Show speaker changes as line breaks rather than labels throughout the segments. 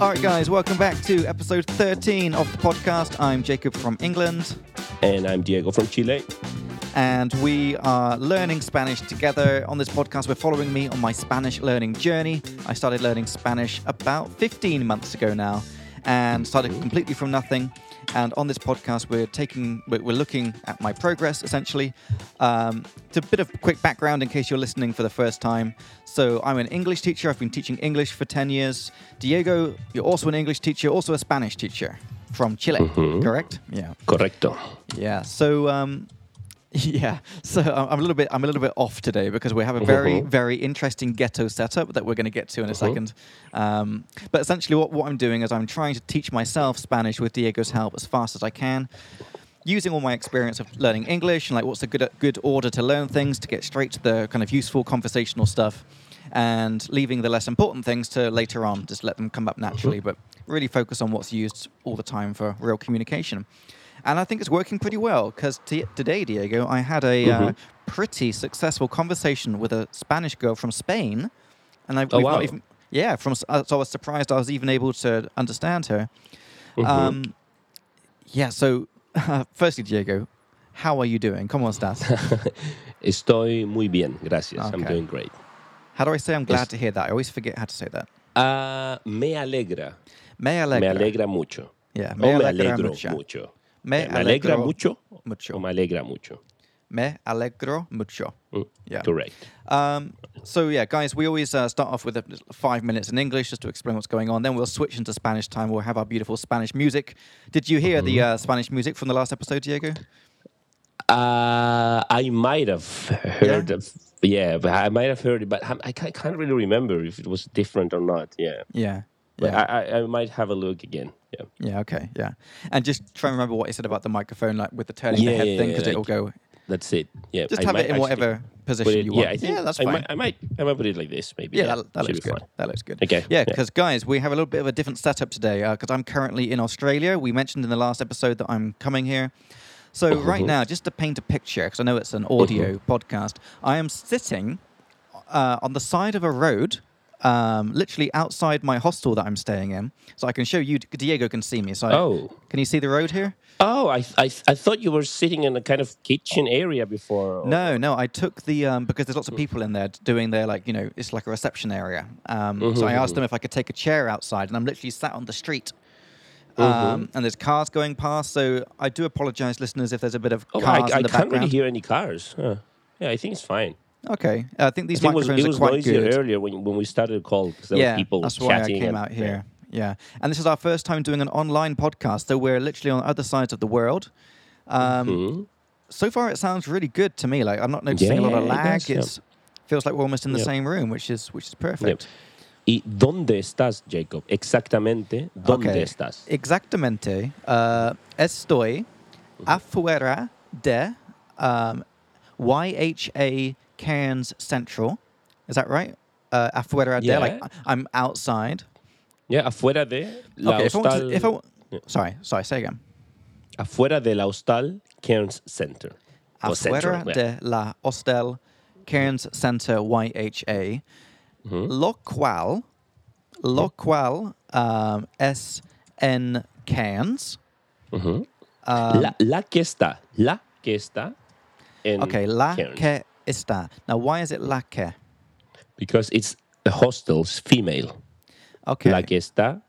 All right, guys, welcome back to episode 13 of the podcast. I'm Jacob from England,
And I'm Diego from Chile.
and we are learning Spanish together on this podcast. We're following me on my Spanish learning journey. I started learning Spanish about 15 months ago now and started completely from nothing. And on this podcast, we're taking, we're we're looking at my progress essentially. Um, it's a bit of quick background in case you're listening for the first time. So I'm an English teacher. I've been teaching English for 10 years. Diego, you're also an English teacher, also a Spanish teacher from Chile, correct? Yeah.
Correcto.
Yeah. So um, yeah. So I'm I'm a little bit I'm a little bit off today because we have a very very interesting ghetto setup that we're going to get to in a second. Um, but essentially, what what I'm doing is I'm trying to teach myself Spanish with Diego's help as fast as I can. Using all my experience of learning English and like what's a good good order to learn things to get straight to the kind of useful conversational stuff, and leaving the less important things to later on, just let them come up naturally. But really focus on what's used all the time for real communication. And I think it's working pretty well because t- today, Diego, I had a
Mm-hmm.
uh, pretty successful conversation with a Spanish girl from Spain, and I
Oh,
we've
wow.
not even yeah from s- uh, so I was surprised I was even able to understand her.
Mm-hmm.
Um, yeah. So, firstly, Diego, how are you doing? Come on, Stas.
Estoy muy bien, gracias. I'm
Okay.
doing great.
how do I say? I'm glad
Yes.
to hear that. I always forget how to say that.
Ah, me alegra.
Me alegra.
Me alegra mucho.
Yeah.
o me
alegra
alegro
mucha.
mucho.
Me
Eh, me alegra
alegro
mucho. Oh,
mucho.
O me alegra mucho.
Me alegro mucho.
Mm,
Yeah.
Correct.
Um, so yeah, guys, we always uh, start off with a, five minutes in English just to explain what's going on. Then we'll switch into Spanish time. We'll have our beautiful Spanish music. Did you hear the
Mm-hmm.
uh, Spanish music from the last episode, Diego?
Ah, I might have heard
Yeah?
of. Yeah, but I might have heard it, but I, I can't can't really remember if it was different or not. Yeah.
Yeah.
But
Yeah.
I, I, I might have a look again. Yeah.
yeah. Okay. Yeah. And just try and remember what he said about the microphone, like with the turning the
Yeah,
head
yeah,
thing,
yeah,
because it'll
like-
go.
That's it. Yeah.
Just
I
have
might
it in
actually
whatever
put
position
it-
you want.
yeah, I think
yeah, that's
I
fine.
Might, I might. I might put it like this. Maybe.
yeah, that, that
should
looks
be
good.
fine.
That looks good.
Okay,
Yeah,
yeah.
because guys, we have a little bit of a different setup today because I'm currently in Australia. We mentioned in the last episode that I'm coming here. So
Mm-hmm.
right now, just to paint a picture, because I know it's an audio podcast, I am sitting uh, on the side of a road. Um, literally outside my hostel that I'm staying in, so I can show you. Diego can see me. So I-
Oh.
can you see the road here?
Oh, I, I I thought you were sitting in a kind of kitchen area before. or-
No, no. I took the um, because there's lots
Hmm.
of people in there d- doing their like you know it's like a reception area. Um, So I
Mm-hmm.
asked them if I could take a chair outside, and I'm literally sat on the street.
Mm-hmm.
Um, And there's cars going past, so I do apologize, listeners, if there's a bit of
Oh, I,
cars
I
in the
can't really
background.
hear any cars. Huh. Yeah, I think it's fine.
okay, I think these
I think it was,
microphones
it was
are quite
noisier
good.
earlier when, when we started the call because there
yeah,
were people
that's why I
chatting.
came
and-
out here. Yeah. and this is our first time doing an online podcast, so we're literally on other sides of the world. Um,
Mm-hmm.
So far, it sounds really good to me. Like I'm not noticing a lot of
Yeah, it
lag.
does, yeah.
It's feels like we're almost in the
Yeah.
same room, which is which is
Yeah.
perfect.
¿Y dónde estás, Jacob? Exactamente, ¿dónde
Okay.
estás?
Exactamente. Uh, estoy
Mm-hmm.
afuera de um, YHA Cairns Central. Is that right? Uh, afuera de, like
Yeah.
I'm outside.
Yeah, afuera de la
okay, if I want
hostal,
to, if I, wa-
Yeah.
sorry, sorry, say again.
afuera de la hostal Cairns Center. Or
Afuera
Central, yeah.
de la Hostel Cairns Center YHA,
Mm-hmm.
lo cual, lo cual um, es en Cairns.
Ujú.
Um,
la, la que está, la que está en
Okay, la
Mm, Cairns.
que está. Now, why is it la que?
Because it's a hostel, it's female.
Okay.
La que está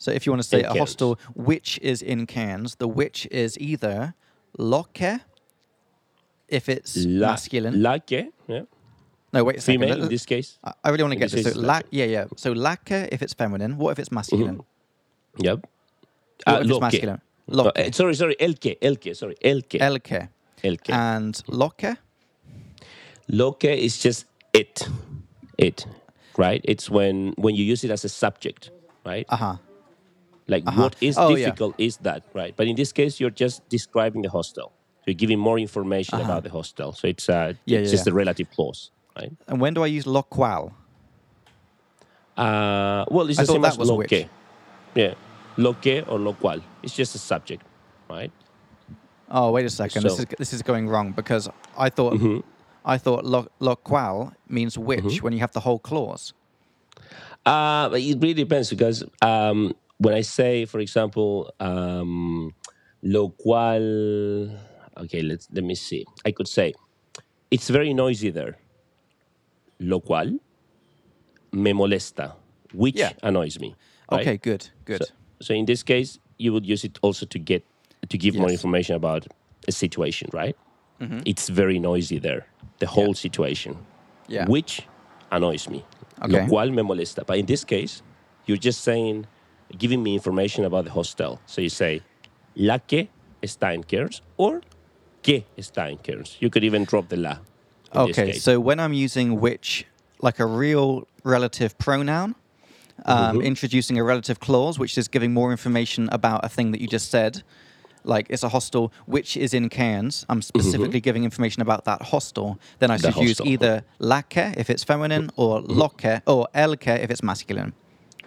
so if you want to say
in
a
Cairns.
hostel which is in Cairns, the which is either lo que, if it's
la,
masculine.
La que, yeah,
no, wait a second.
female
let-
in this case.
I- I really want to
in
get
this
this. So
case,
la,
la
yeah, yeah. So la que if it's feminine. What if it's
Mm-hmm.
masculine?
Yep.
What
Ah,
if it's
lo que.
masculine? Lo
No,
que.
eh, sorry, sorry, el que, el que, sorry, el que.
El que. Ah.
el que.
And lo que?
lo que is just it. It, right? It's when when you use it as a subject, right?
Uh-huh.
Like what is
Oh, yeah.
difficult is that, right? But in this case, you're just describing the hostel. You're giving more information about the hostel. So it's, uh,
Uh-huh. Yeah,
it's
yeah,
just
yeah.
a relative clause, right?
And when do I use lo cual?
Uh, well, it's
I
the
thought
same
that
as
was
lo
which.
que. Yeah. Lo que or lo cual. It's just a subject, right?
Oh, wait a second. This
So- Mm-hmm.
is this is going wrong because I thought I thought lo, lo cual means which when you have the whole clause.
Uh, but it really depends because um, when I say, for example, um, lo cual, okay, let's let me see. I could say it's very noisy there. Lo cual me molesta, which
Yeah.
annoys me. right?
Okay, good, good.
So, so in this case, you would use it also to get to give more
Yes.
information about a situation, right?
Mm-hmm.
It's very noisy there, the whole situation,
Yeah.
which annoys me. Lo
Okay.
cual me molesta. But in this case, you're just saying, giving me information about the hostel. So you say, la que está en Cairns or que está en Cairns. You could even drop the la. in this
okay,
case.
so when I'm using which, like a real relative pronoun, um,
Mm-hmm.
introducing a relative clause, which is giving more information about a thing that you just said, like it's a hostel which is in Cairns, I'm specifically giving information about that hostel, then I
Mm-hmm. The
should use
hostel. Mm-hmm.
either la que if it's feminine or lo que or el que if it's masculine.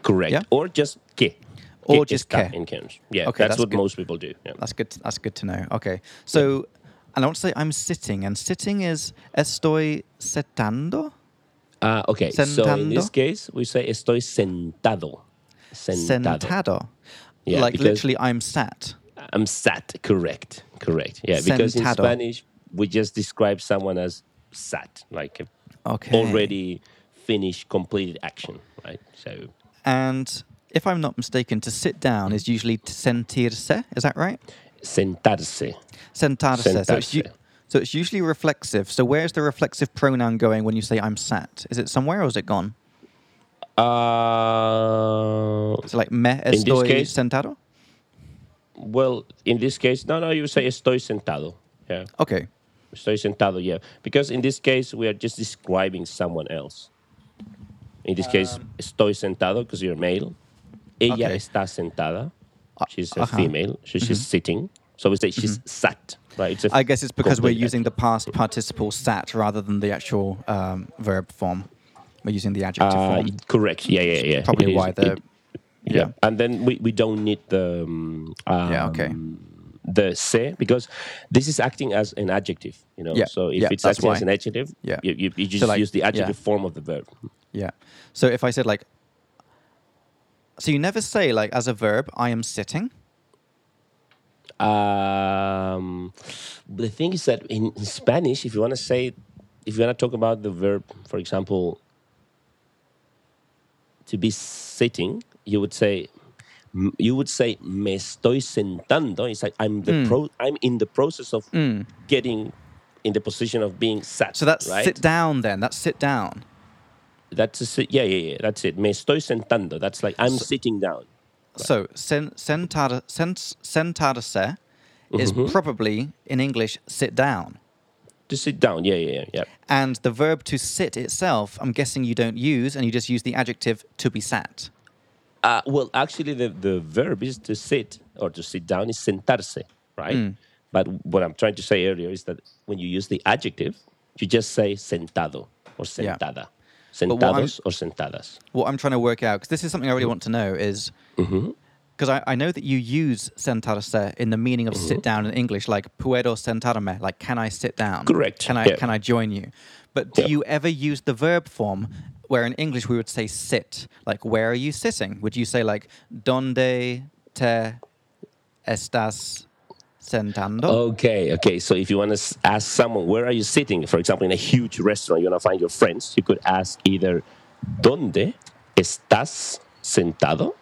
correct.
yeah.
Or just que.
Or
Que
just
está
que.
in Cairns. Yeah,
Okay,
that's,
that's
what
good.
most people do. Yeah.
That's good. That's good to know. Okay. So, and I want to say I'm sitting, and sitting is estoy sentando.
Ah, okay. So in this
Sentando.
case, we say estoy sentado. Sentado.
Sentado.
Yeah,
like
because-
literally, I'm sat.
I'm sat. Correct. Correct. Yeah, because in
Sentado.
Spanish, we just describe someone as sat, like a
Okay.
already finished, completed action, right? So
And if I'm not mistaken, to sit down is usually to sentirse. Is that right?
sentarse.
Sentarse. So, it's u-
Sentarse.
so it's usually reflexive. So where's the reflexive pronoun going when you say I'm sat? Is it somewhere or is it gone?
Uh,
So like me
this
estoy
case-
sentado.
well, in this case, no, no, you say estoy sentado. Yeah,
Okay.
estoy sentado. Yeah, because in this case, we are just describing someone else. In this case, estoy sentado because you're male. Ella
Um, Okay. Ah,
está sentada. She's a
ajá. Mm-hmm.
female, so she's sitting. So we say she's sat, right? It's a
I guess it's because we're
complete
using the past participle sat rather than the actual um, verb form. We're using the adjective
Uh,
form.
it- correct. Yeah, yeah, yeah.
Probably
It is-
why the-
it-
yeah.
yeah. And then we, we don't need the um,
Yeah, okay.
um, the se because this is acting as an adjective, you know.
Yeah,
So if
yeah,
it's
that's
acting as
why.
an adjective,
Yeah.
you, you, you just
like,
use the
yeah.
adjective form of the verb.
Yeah. So if I said like, so you never say like as a verb, I am sitting.
Um, the thing is that in, in Spanish, if you want to say, if you want to talk about the verb, for example, to be sitting, you would say, m- you would say, me estoy sentando. It's like
Hmm.
I'm the pro, I'm in the process of getting in the position of being sat.
So that's
right.
sit down then. That's sit down.
That's a, sit- yeah, yeah, yeah. That's it. Me estoy sentando. That's like I'm sitting down.
So sen, sentar, sen, sentarse is probably in English sit down.
To sit down. Yeah, yeah, yeah. yeah.
And the verb to sit itself, I'm guessing you don't use and you just use the adjective to be sat.
Uh, well, actually, the, the verb is to sit or to sit down is sentarse, right?
Hmm.
But what I'm trying to say earlier is that when you use the adjective, you just say sentado or
Yeah.
sentada,
what I'm-
sentados or sentadas.
what I'm trying to work out, because this is something
Mm-hmm.
I really want to know, is because I, I know that you use sentarse in the meaning of
Mm-hmm.
sit down in English, like puedo sentarme, like can I sit down?
Correct,
Can I
yeah.
can I join you? But do
Yeah.
you ever use the verb form where in English we would say sit? Like where are you sitting? Would you say like donde te estás sentando?
Oh, Okay, okay. So if you want to ask someone, where are you sitting? For example, in a huge restaurant, you want to find your friends, you could ask either, ¿dónde estás sentado?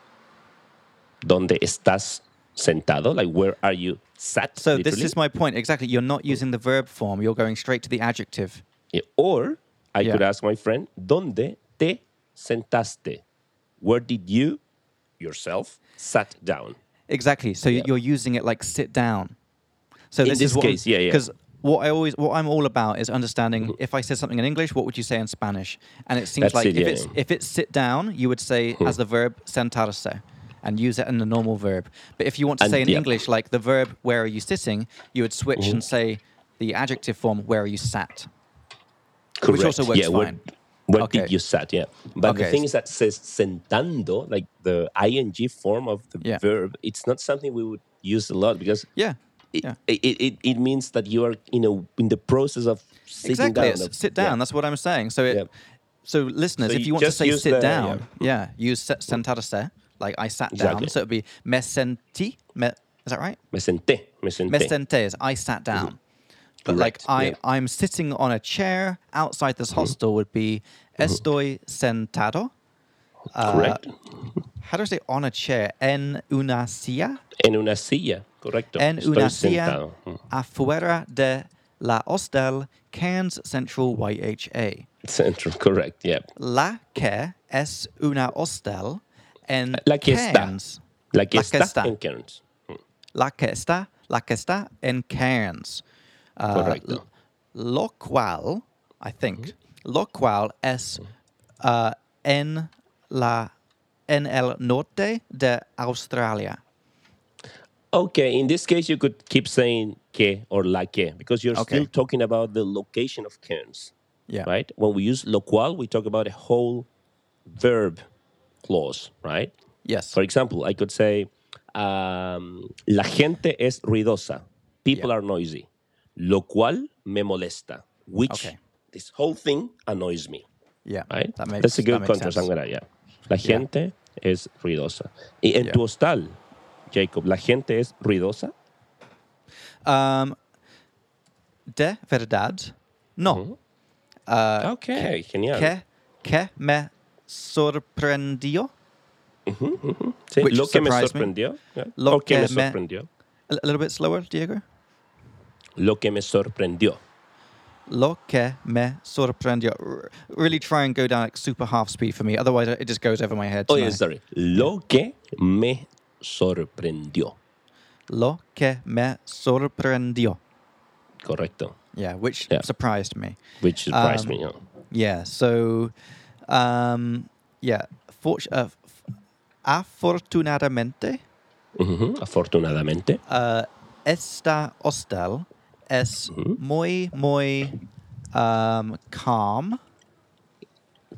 ¿Dónde estás sentado? Like, where are you sat?
so this
literally. Mm.
is my point exactly. You're not using the verb form. You're going straight to the adjective.
Yeah, Eh, Or I
Yeah.
could ask my friend, ¿dónde te sentaste? Where did you yourself sat down?
Exactly. So you're using it like sit down. So
In
this,
this
is what
case, yeah, yeah.
Because what I always, what I'm all about is understanding. If I said something in English, what would you say in Spanish? And it seems
That's
like
it,
if
yeah,
it's
yeah. Mm-hmm.
if it's sit down, you would say as the verb sentarse, and use it in the normal verb. But if you want to
And-
say in
yeah.
English, like the verb where are you sitting, you would switch and
Mm-hmm.
say the adjective form where are you sat. Which also works
yeah, where-
fine.
Where, did
Okay.
you sat? Yeah. But the
Okay.
thing is that says sentando, like the ing form of the
Yeah.
verb, it's not something we would use a lot because
Yeah.
it,
yeah.
it, it, it means that you are in, a, in the process of sitting
exactly.
down.
it's
of-
sit
yeah.
down. That's what I'm saying. So it.
Yep.
So, listeners,
So
if
you
you want to
just
say
use
sit
the-
down, yeah, use se- sentarse, like I sat
Exactly.
down. So it'd be me senti. Me, is that right?
Me senté. Me senté.
Me senté is I sat down. But
Mm-hmm. Correct,
like I,
yeah. Mm-hmm.
I'm sitting on a chair outside this hostel would be estoy sentado.
Correct.
uh, How do I say on a chair? En una silla.
En una silla. Correcto.
En
Estoy
una silla
sentado. Mm.
afuera de la hostel Cairns Central YHA.
Central. Correct. Yeah.
La que es una hostel en
La que está.
Cairns.
La que
La que
está,
está.
en Cairns.
La que está, la que está en Cairns. Uh,
Correcto. Mm-hmm.
l- Lo cual, I think, lo cual es uh, en la en el norte de Australia.
Okay, in this case, you could keep saying que or la que because you're
Okay.
still talking about the location of Cairns,
Yeah.
right? When we use lo cual, we talk about a whole verb clause, right?
Yes.
For example, I could say, um, la gente es ruidosa. People
Yeah.
are noisy. Lo cual me molesta, which
Okay.
this whole thing annoys me,
yeah.
right?
That makes
That's a
that
good
makes
contrast.
sense.
I'm gonna, yeah. La gente es ruidosa. Y en
Yeah.
tu hostal, Jacob, la gente es ruidosa.
Um, de verdad, no. Uh,
Okay, genial.
Que, que me sorprendió.
Sí,
which
lo que me
surprised me.
sorprendió. yeah.
Lo
o que
que
me
me-
sorprendió.
A l- little bit slower, Diego.
Lo que me sorprendió.
Lo que me sorprendió. R- really try and go down like super half speed for me. Otherwise, it just goes over my head.
Oh,
tonight.
yeah, sorry. Lo que me sorprendió.
Lo que me sorprendió.
Correcto.
Yeah, which
Yeah.
surprised me.
Which surprised
Um,
me. yeah.
Yeah, so, um, yeah. Fort- uh, f- afortunadamente,
Ujú, Mm-hmm, Afortunadamente.
uh, esta hostel es
Mm-hmm.
muy, muy um, calm.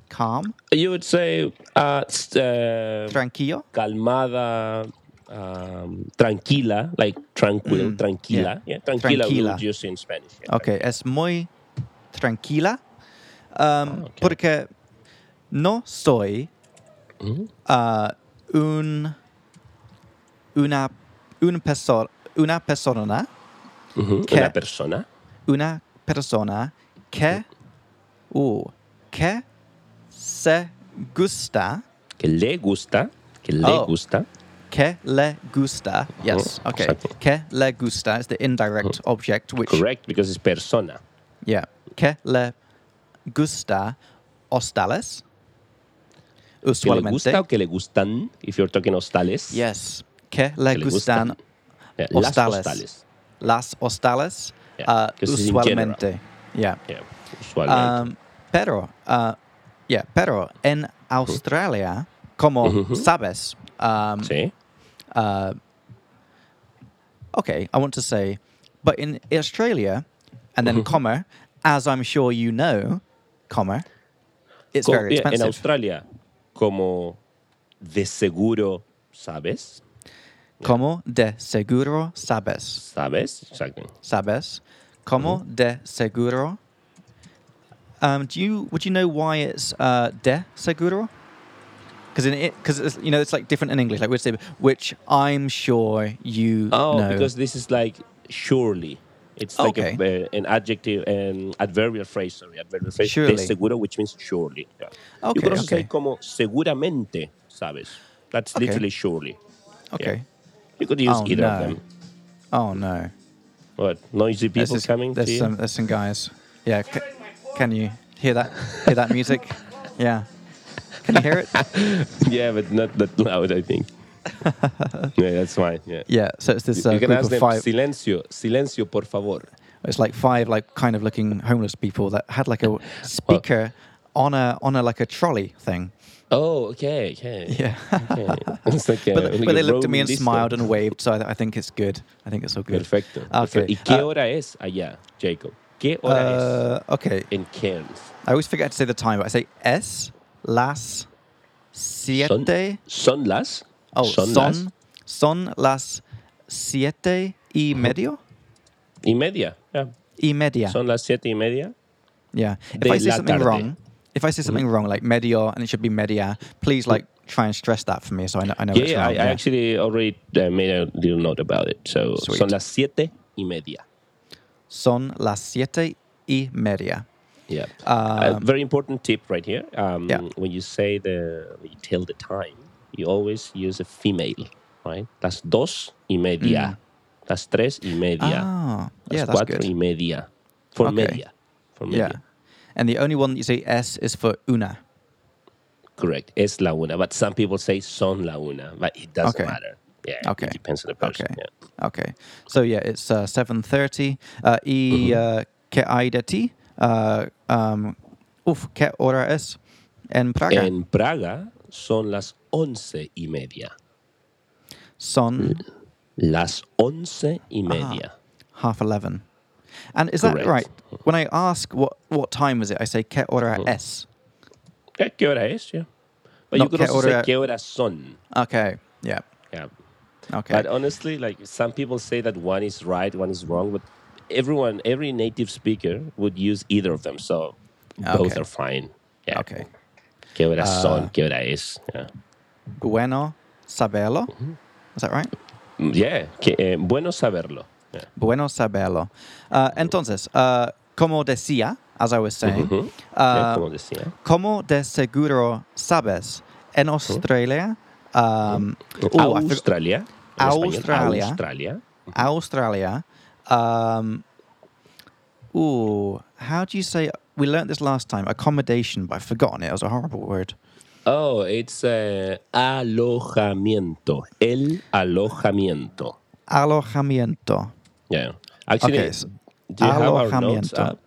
Calm,
You would say uh, s- uh,
tranquilo.
calmada, um, tranquila, like tranquil, tranquila. Yeah. tranquila.
Mm,
we
Tranquila.
would use in Spanish. yeah.
Ok, es muy tranquila. um,
ok.
Porque no soy ah, un, una, un peso- una persona,
Ujú,
que-
Una persona.
una persona que, uh, que se gusta,
que le gusta, que le
Oh.
gusta,
que le gusta. Yes,
Mhm,
okay.
exactly.
Que le gusta is the indirect object, which
correct, because it's persona.
Yeah. Que le gusta hostales.
Que le
Usualmente.
gusta o que le gustan, if you're talking hostales.
Yes. Que le
que le
gustan
Yeah, las
hostales.
hostales.
Las hostales.
Yeah,
uh,
'cause it's in
usualmente. Yeah.
Yeah, usualmente.
Um, pero, uh, yeah, pero en Australia, como
Mm-hmm.
sabes, um,
sí.
okay, I want to say, but in Australia, and then
Mm-hmm.
comma, as I'm sure you know, comma, it's
Co-
very
yeah, en
expensive.
Australia, como de seguro sabes,
Como de seguro sabes.
sabes, exacto.
Sabes. Como
Mm-hmm.
de seguro. Um, do you would you know why it's uh, de seguro? Because in it, because you know it's like different in English. Like we'd say, which I'm sure you
Oh,
know.
because this is like surely. It's like a-
Okay.
uh, an adjective, an adverbial phrase, sorry, adverbial phrase.
Surely.
De seguro, which means surely. yeah. you
Okay,
could also say
okay.
como seguramente, sabes. That's
Okay.
literally surely.
okay.
You could use
Oh,
either of
no.
them.
Oh no.
What noisy
There's
people
this-
coming to
There's
you?
some. There's some guys. Yeah. C- can you hear that? Hear that music? Yeah. Can you hear it?
yeah, but not that loud. I think. yeah, that's fine. Yeah.
Yeah. So it's this uh,
You
group
can ask
of
them
five.
silencio, silencio, por favor.
It's like five like kind of looking homeless people that had like a speaker on a on a like a trolley thing.
Oh, okay, okay.
Yeah.
okay. It's like a,
But,
like
but
a
they looked at
road
me and
listener.
smiled and waved, so I, I think it's good. I think it's all good.
Perfecto. perfecto.
Okay.
¿Y qué
Uh,
hora es allá, Jacob? ¿Qué hora
uh, okay.
es en Cairns?
I always forget to say the time, but I say es las
Son,
siete.
son las.
Oh,
son, las
son son las siete y medio
y media. Yeah.
y media.
Son las siete y media.
yeah. If
de
I say
la
something
tarde. Mm-hmm.
wrong, if I say something wrong, like Medior, and it should be Media, please like try and stress that for me so I know, I know
Yeah,
it's
yeah,
wrong.
I, I actually already uh, made a little note about it. So
Sweet.
son las siete y media.
Son las siete y media.
Yeah. a very important tip right here. Um,
Um, Yeah.
When you say the, when you tell the time, you always use a female, right? Las dos y media. Las tres y media.
Mm. Ah,
las
yeah, that's
cuatro
good.
y media. For
Okay.
media. For media.
Yeah. And the only one that you say S is for una.
Correct. Es la una. But some people say son la una, but it doesn't
Okay.
matter. Yeah.
Okay.
It depends on the person.
Okay.
Yeah.
Okay. So yeah, it's uh, 7.30. Uh, y
Mm-hmm.
uh, que hay de ti? Uh, um, uf, que hora es? En Praga
En Praga son las once y media.
son
Las once y media.
half 11. And is
Correct.
that right? When I ask what, what time is it, I say que hora es?
Yeah, ¿Qué hora es? Yeah. But
No,
you could
¿qué
also
hora-
say qué hora son.
Okay. Yeah.
Yeah.
Okay.
But honestly, like some people say that one is right, one is wrong, but everyone, every native speaker would use either of them. So both
Okay.
are fine. Yeah.
okay.
¿Qué hora
Ah.
son? ¿Qué hora es? Yeah.
Bueno saberlo. Is that right?
Mm, yeah. Que, eh, bueno saberlo. Yeah.
Bueno saberlo. Uh, entonces, uh, como decía, as I was saying,
Yeah,
uh,
como decía.
como de seguro sabes, en Australia, um,
Uh-huh.
oh, I forgot-
Australia. en español,
Australia.
Australia.
Mm-hmm. Australia, um, ooh, how do you say? We learnt this last time, accommodation, but I've forgotten it. It was a horrible word.
Oh, it's uh, alojamiento. El alojamiento.
Alojamiento.
Yeah. Actually,
Okay, so-
do you have our notes
alojamiento.
up?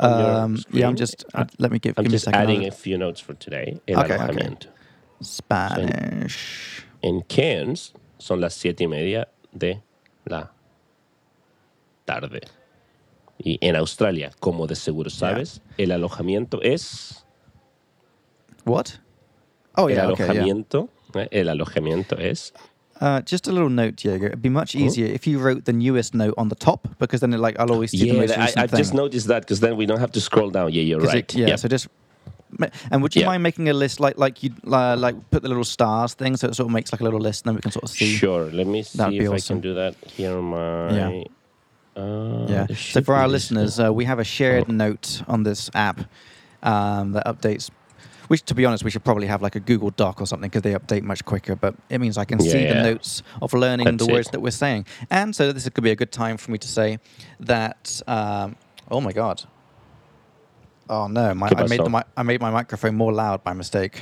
on your
Um, yeah, I'm
screen?
just.
Uh,
let me give.
I'm
give me a
just
second. I'll
adding a
look.
few notes for today. El
Okay, okay.
alojamiento.
Spanish.
En Cairns son las siete y media de la tarde. Y en Australia, como de seguro sabes, el alojamiento es
What? Oh
el
yeah. Okay. Yeah.
alojamiento. eh, El alojamiento es
Uh, just a little note, Diego. It'd be much easier if you wrote the newest note on the top because then it, like I'll always see the
yeah.
most
I,
recent
I
thing.
just noticed that because then we don't have to scroll down. Yeah, you're
'Cause it-
right.
yeah,
Yeah.
So just. ma- And would you
Yeah.
mind making a list like like you uh, like put the little stars thing so it sort of makes like a little list and then we can sort of see.
Sure. Let me see
That'd be
if I
awesome.
can do that here on my. Uh,
Yeah.
there
So
should
for
be
our
this- Oh.
listeners, uh, we have a shared note on this app um, that updates. Which, to be honest, we should probably have like a Google Doc or something because they update much quicker. But it means I can see the
Yeah.
notes of learning
That's
the words
it.
that we're saying, and so this could be a good time for me to say that. Um, oh my god. Oh no! My,
¿Qué
I made the
pasó?
mi- I made my microphone more loud by mistake.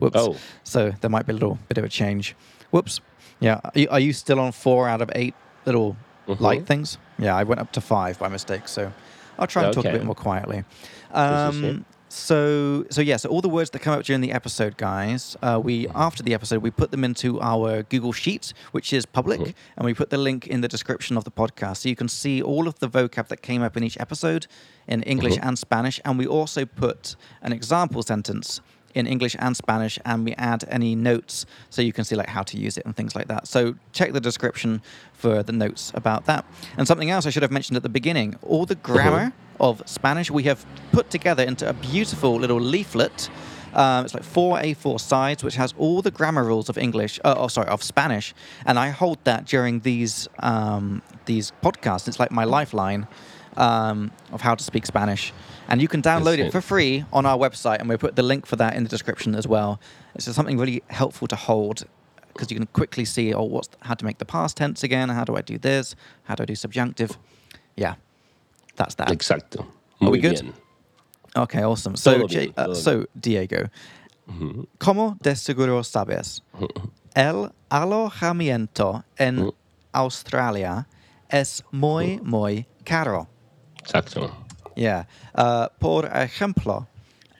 Whoops.
Oh.
So there might be a little bit of a change. Whoops. Yeah. Are you, are you still on four out of eight little
uh-huh. Mm-hmm.
light things? Yeah, I went up to five by mistake. So I'll try and talk a
Okay.
bit more quietly.
This is it.
Um, so so yeah. So all the words that come up during the episode, guys, uh, we
Mm-hmm.
after the episode we put them into our Google Sheet, which is public,
Mm-hmm.
and we put the link in the description of the podcast, so you can see all of the vocab that came up in each episode in English and Spanish, and we also put an example sentence in English and Spanish, and we add any notes so you can see like how to use it and things like that. So check the description for the notes about that. And something else I should have mentioned at the beginning: all the grammar of Spanish we have put together into a beautiful little leaflet. Um, it's like four A4 sides, which has all the grammar rules of English. Uh, oh, sorry, of Spanish. And I hold that during these um, these podcasts. It's like my lifeline um, of how to speak Spanish. And you can download it
it.
for free on our website, and we put the link for that in the description as well. It's just something really helpful to hold because you can quickly see oh, what's how to make the past tense again. How do I do this? How do I do subjunctive? Yeah, that's that.
Exacto.
Are we
Muy
good?
bien.
Okay, awesome. So,
Todo
J-
bien,
uh,
todo
so Diego, ¿cómo de seguro sabes? El alojamiento
Mm.
en Australia es muy, muy caro.
Exacto.
Yeah. Uh, por ejemplo,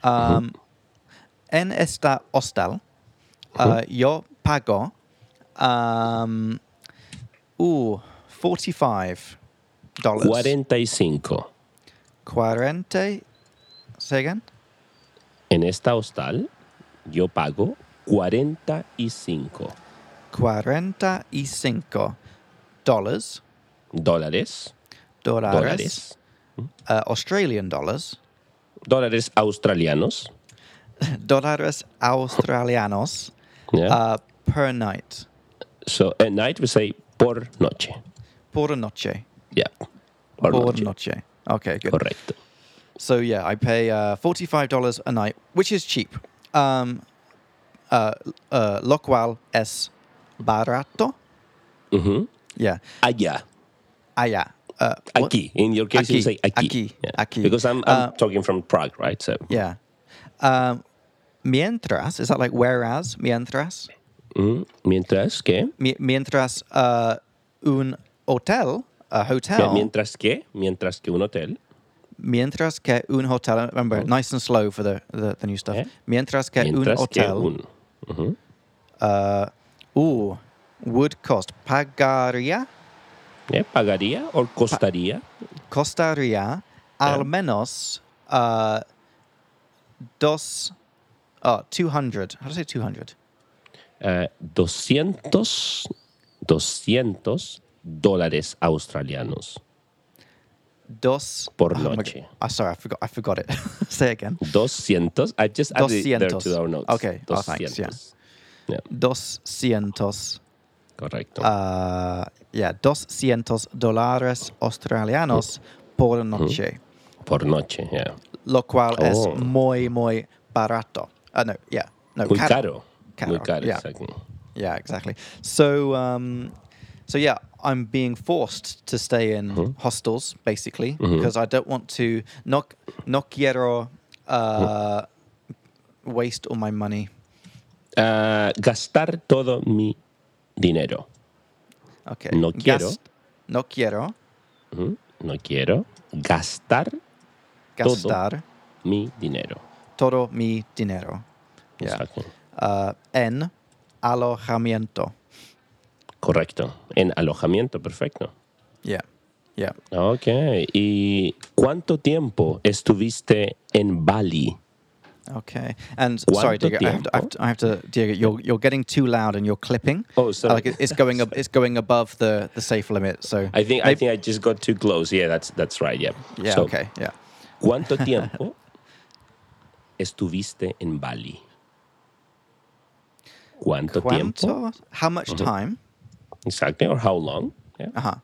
Mm-hmm.
um, en esta hostel, uh,
Mm-hmm.
yo pago um, uh, $45.
45.
40. Say again?
En esta hostal yo pago 45
45 dollars,
dólares,
dólares,
dólares
uh, Australian dollars,
dólares australianos.
Dólares australianos
Yeah.
uh, per night.
so at night we say por noche.
Por noche.
Yeah. Por,
Por
noche.
noche. Okay, good.
Correcto.
So yeah, I pay uh, forty-five dollars a night, which is cheap. Um, uh, uh, lo cual es barato.
Ujú.
Yeah,
Allá.
allá. Uh, what?
Aquí. In your case, you
Aquí.
say aquí.
Aquí.
Yeah.
Aquí.
Because I'm, I'm
Uh,
talking from Prague, right? So
Yeah. Um, mientras is that like whereas mientras
mm, mientras que.
Mi- mientras uh, un hotel a hotel
Mientras que. Mientras que un hotel.
mientras que un hotel remember nice and slow for the the, the new stuff
Oh. Eh?
mientras que un
Mientras que
hotel
un. Ujú.
ooh, would cost pagaría
Yeah, Pagaría o costaría. Eh.
costaría al menos uh, dos, oh, 200. How do I say 200?
eh, 200, 200 dólares australianos.
Dos
Por
oh my
noche.
g- oh, sorry, I forgot. I forgot it. say again.
200. I just added it there to
200.
our notes.
Okay. Oh, thanks, yeah.
Yeah,
Dos cientos.
correcto.
Uh, yeah, dos cientos dólares australianos
Mm-hmm.
por noche,
Por noche, yeah.
lo cual es
Mm-hmm. Oh.
muy muy barato. Uh, no, yeah, no,
Muy
caro.
caro. Muy
Caro,
caro,
yeah.
exacto.
Yeah, exactly. So, um, so yeah, I'm being forced to stay in
Mm-hmm.
hostels basically because I don't want to no no quiero uh,
Mm-hmm.
waste all my money.
Ah, gastar todo mi dinero.
Okay.
No quiero.
no quiero
Ujú. No quiero gastar Todo.
gastar
mi dinero.
todo mi dinero. Yeah.
Exacto.
Uh, en alojamiento.
Correcto. En alojamiento, perfecto.
Yeah. Yeah.
Ok. ¿Y cuánto tiempo estuviste en Bali?
Okay. And
¿Cuánto
sorry, Diego, I have, to, I, have to, I have to, Diego, you're you're getting too loud and you're clipping.
Oh, sorry.
Like it- it's going ab- it's going above the the safe limit. So
I think I
Maybe-
think I just got too close. Yeah, that's that's right. Yeah.
yeah,
So,
okay, yeah.
¿Cuánto tiempo estuviste en Bali? ¿Cuánto tiempo?
Cuánto? How much
Uh-huh.
time?
Exactly. Or how long? Yeah.
Uh huh.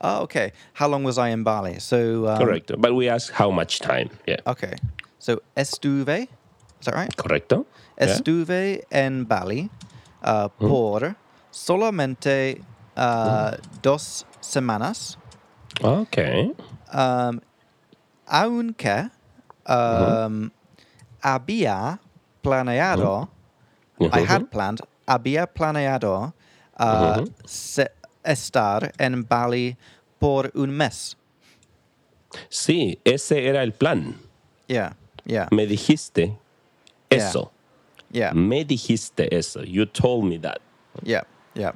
Oh, okay. How long was I in Bali? So um,
Correcto. But we ask how much time. Yeah.
Okay. So estuve, is that right?
Correcto. Yeah. Mm-hmm.
Estuve en Bali uh, por solamente uh,
Mm-hmm.
dos semanas.
Okay.
um, aunque um, había planeado, I had planned, había planeado uh, se- estar en Bali por un mes.
Sí, ese era el plan.
Yeah, yeah,
Me dijiste
Yeah.
eso.
yeah,
Me dijiste eso. You told me that.
yeah, yeah.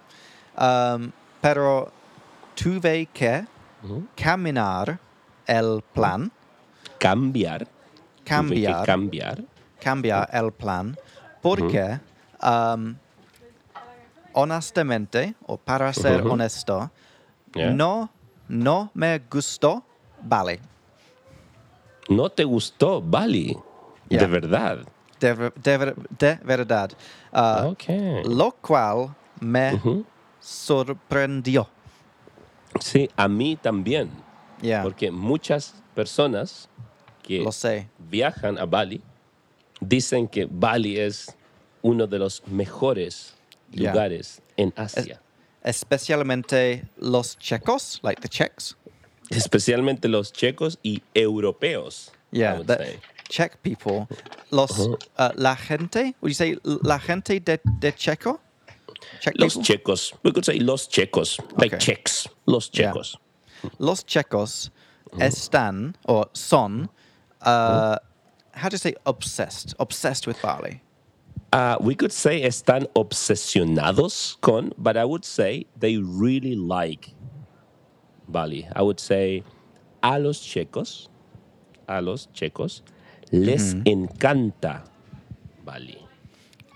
Um, pero tuve que caminar el plan,
Cambiar. Tuve que
cambiar,
Cambiar. Mm.
cambiar el plan porque um, honestamente o para ser honesto
Yeah.
no no me gustó Bali
No te gustó Bali. De
Yeah.
verdad.
de, ver- de ver- de verdad Uh,
Okay.
lo cual me sorprendió
Sí, a mí también.
yeah
Porque muchas personas que
lo sé
viajan a Bali dicen que Bali es uno de los mejores
Yeah.
lugares en Asia.
especialmente los checos like the Czechs
Especialmente los checos y europeos. I
yeah
would
the
say.
Czech people los uh, la gente would you say la gente de, de Checo Czech
Los
people?
checos. We could say los checos. Like
Okay.
Czechs. Los
Yeah.
checos.
Los Checos están or son. Uh, How do you say obsessed? Obsessed with Bali.
Uh, we could say están obsesionados con, but I would say they really like Bali. I would say a los checos, a los checos, les encanta Bali.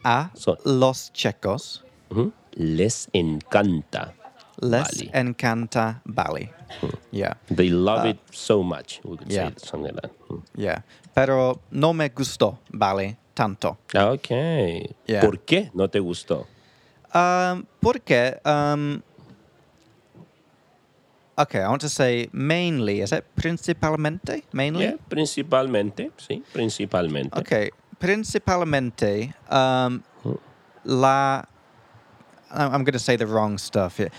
A
Son.
los Checos
Ujú. Les encanta.
Les
Bali. Hmm.
encanta Bali. Yeah,
They love it so much. We could
Ah. yeah.
say something like that. Mm.
yeah. Pero no me gustó Bali tanto.
Okay.
Yeah.
¿Por qué no te gustó?
Um, porque, um, okay, I want to say mainly. Is it principalmente? Mainly?
Yeah, principalmente, sí, principalmente.
Okay, principalmente um, la. I- I'm going to say the wrong stuff. here.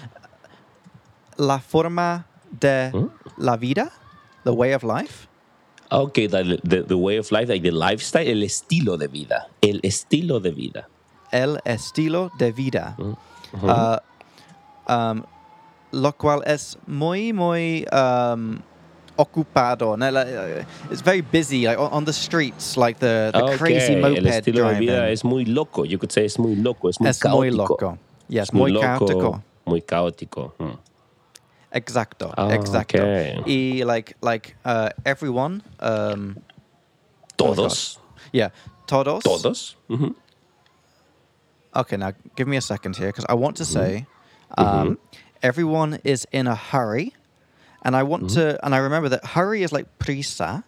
La forma de la vida, the way of life.
Okay, the, the, the way of life, like the lifestyle, el estilo de vida. El estilo de vida.
El estilo de vida.
Uh-huh.
Uh, um, lo cual es muy, muy um, ocupado. No, like, uh, It's very busy, like on, on the streets, like the, the crazy
Okay,
moped
Ah, el estilo
driving.
de vida es muy loco. You could say es muy loco, es muy
Es
caótico.
muy loco. Yes,
Es muy,
muy
loco,
caótico.
Muy caótico. Mm.
Exacto.
Ah,
exacto.
okay.
Y like like uh, everyone. Um,
Todos,
yeah. Todos.
todos. Ujú.
Okay, now give me a second here because I want to
Mm-hmm.
say, um, everyone is in a hurry, and I want
Mm-hmm.
to, and I remember that hurry is like prisa,